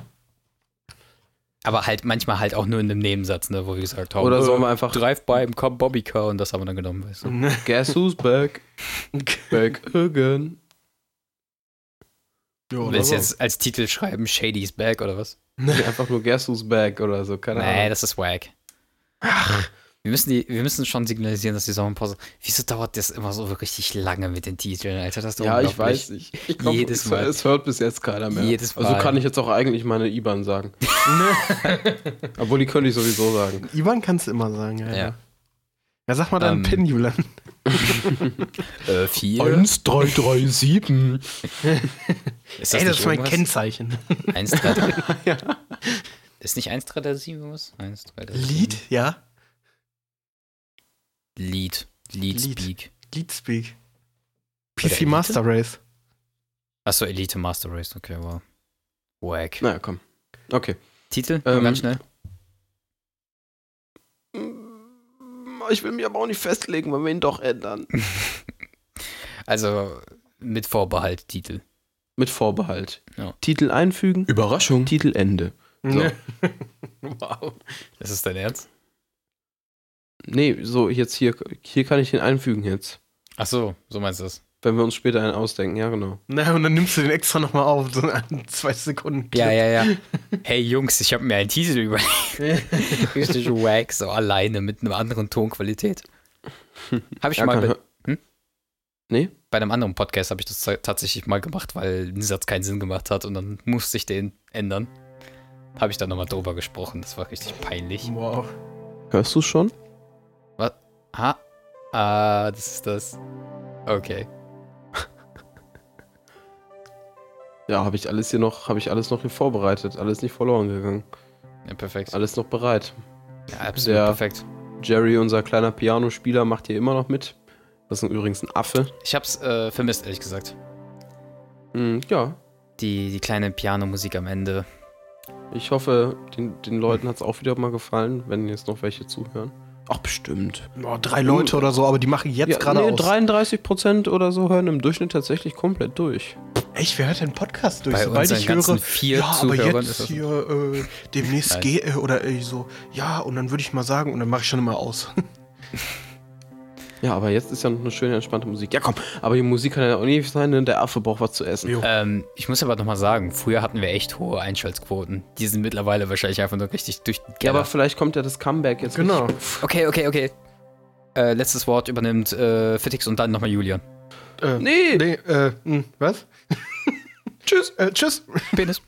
Speaker 3: Aber halt manchmal halt auch nur in einem Nebensatz, ne, wo wir gesagt haben,
Speaker 2: Oder sollen wir einfach-
Speaker 3: Drive-by im Cop Bobby Car und das haben wir dann genommen, weißt
Speaker 4: Mhm.
Speaker 3: du.
Speaker 4: Ne.
Speaker 2: Guess who's
Speaker 3: <laughs>
Speaker 2: back? Back again.
Speaker 4: Ja,
Speaker 3: Willst du jetzt als Titel schreiben, Shady's Back oder was?
Speaker 2: Nee, einfach nur Guess who's back oder so, keine
Speaker 3: Nee,
Speaker 2: Ahnung.
Speaker 3: das ist wack. Wir müssen, die, wir müssen schon signalisieren, dass die Sommerpause. Wieso dauert das immer so richtig lange mit den Titeln, Alter? Das ist doch
Speaker 2: Ja, ich
Speaker 3: unglaublich.
Speaker 2: weiß nicht. Ich glaub,
Speaker 3: Jedes
Speaker 2: es,
Speaker 3: Mal.
Speaker 2: es hört bis jetzt keiner mehr.
Speaker 3: Jedes Mal.
Speaker 2: Also kann ich jetzt auch eigentlich meine IBAN
Speaker 3: <laughs>
Speaker 2: sagen. Obwohl, die könnte ich sowieso sagen.
Speaker 4: Ivan kannst du immer sagen, ja.
Speaker 3: Ja.
Speaker 4: Ja, ja sag mal
Speaker 3: Ähm,
Speaker 4: deinen Pin, Julian.
Speaker 3: Äh, vier.
Speaker 2: 1337.
Speaker 3: Ist
Speaker 4: Ey,
Speaker 3: nicht
Speaker 4: das ist mein
Speaker 3: irgendwas? Äh,
Speaker 4: Kennzeichen.
Speaker 3: Eins, drei, drei. Ist nicht 1, 3, 3, 7 was? 1, 3, 3,
Speaker 4: Lied, ja.
Speaker 3: Lead. Lead,
Speaker 4: Lead.
Speaker 3: Speak.
Speaker 4: Leadspeak.
Speaker 3: Oder
Speaker 4: PC
Speaker 3: Elite?
Speaker 4: Master Race.
Speaker 3: Achso, Elite Master Race, okay, wow. Wack.
Speaker 2: Naja, komm. Okay.
Speaker 3: Titel?
Speaker 2: Ähm,
Speaker 3: Ganz schnell.
Speaker 2: Ich will mich aber auch nicht festlegen, weil wir ihn doch ändern.
Speaker 3: Also mit Vorbehalt Titel.
Speaker 2: Mit Vorbehalt.
Speaker 3: Ja.
Speaker 2: Titel einfügen. Überraschung. Titel Ende. So.
Speaker 4: Ne. <laughs> wow.
Speaker 3: Ist es dein Ernst?
Speaker 2: Nee, so jetzt hier, hier kann ich den einfügen jetzt.
Speaker 3: Achso, so meinst du das.
Speaker 2: Wenn wir uns später einen ausdenken, ja genau.
Speaker 4: Na, Ne, und dann nimmst du den extra nochmal auf, so einen zwei Sekunden.
Speaker 3: Ja, ja, ja. <laughs> Hey Jungs, ich habe mir einen
Speaker 2: <laughs>
Speaker 3: Titel überlegt. Richtig wack, so alleine mit einer
Speaker 2: <laughs>
Speaker 3: anderen Tonqualität. Habe ich
Speaker 2: Ja,
Speaker 3: mal
Speaker 2: kann-
Speaker 3: bei, bei einem anderen Podcast habe ich das ta- tatsächlich mal gemacht, weil ein Satz keinen Sinn gemacht hat und dann musste ich den ändern. Habe ich dann nochmal drüber gesprochen. Das war richtig peinlich.
Speaker 4: Wow.
Speaker 2: Hörst du schon?
Speaker 3: Ha. Ah, das ist das. Okay.
Speaker 2: Ja, habe ich alles hier noch, habe ich alles noch hier vorbereitet, alles nicht verloren gegangen,
Speaker 3: Ja, perfekt.
Speaker 2: alles noch bereit.
Speaker 3: Ja, absolut
Speaker 2: der-
Speaker 3: perfekt.
Speaker 2: Jerry, unser kleiner Pianospieler, macht hier immer noch mit. Das ist übrigens ein Affe.
Speaker 3: Ich hab's äh, vermisst, ehrlich gesagt.
Speaker 2: Hm, ja,
Speaker 3: Die, die kleine Pianomusik am Ende.
Speaker 2: ich hoffe, den, den Leuten hat es auch wieder mal gefallen, wenn jetzt noch welche zuhören. Ach, bestimmt.
Speaker 4: Boah, drei
Speaker 3: Hm.
Speaker 4: Leute oder so, aber die machen jetzt
Speaker 2: Ja,
Speaker 4: gerade
Speaker 2: nee,
Speaker 4: aus.
Speaker 2: 33 Prozent oder so hören im Durchschnitt tatsächlich komplett durch.
Speaker 4: Echt, wer hört den Podcast durch?
Speaker 3: Bei
Speaker 4: Sobald
Speaker 3: unseren
Speaker 4: ich
Speaker 3: ganzen
Speaker 4: höre,
Speaker 3: vier
Speaker 4: ja, aber
Speaker 3: Zuhörern ist
Speaker 4: jetzt
Speaker 3: das-
Speaker 4: hier äh, demnächst
Speaker 3: Nein.
Speaker 4: gehe oder äh, so, ja, und dann würde ich mal sagen, und dann mache ich schon immer aus. <laughs>
Speaker 2: Ja, aber jetzt ist ja noch eine schöne, entspannte Musik. Ja, komm, aber die Musik kann ja auch nicht sein, denn der Affe braucht was zu essen.
Speaker 4: Jo.
Speaker 3: Ähm, ich muss aber nochmal sagen, früher hatten wir echt hohe Einschaltquoten. Die sind mittlerweile wahrscheinlich einfach nur richtig durch den
Speaker 2: Ja,
Speaker 3: Keller.
Speaker 2: aber vielleicht kommt ja das Comeback jetzt.
Speaker 4: Genau.
Speaker 2: richtig.
Speaker 3: Okay, okay, okay. Äh, letztes Wort übernimmt äh, Fittix und dann nochmal Julian.
Speaker 4: Äh,
Speaker 2: Nee,
Speaker 4: Nee, äh, mh, was? <laughs> tschüss. Äh, tschüss.
Speaker 3: Penis.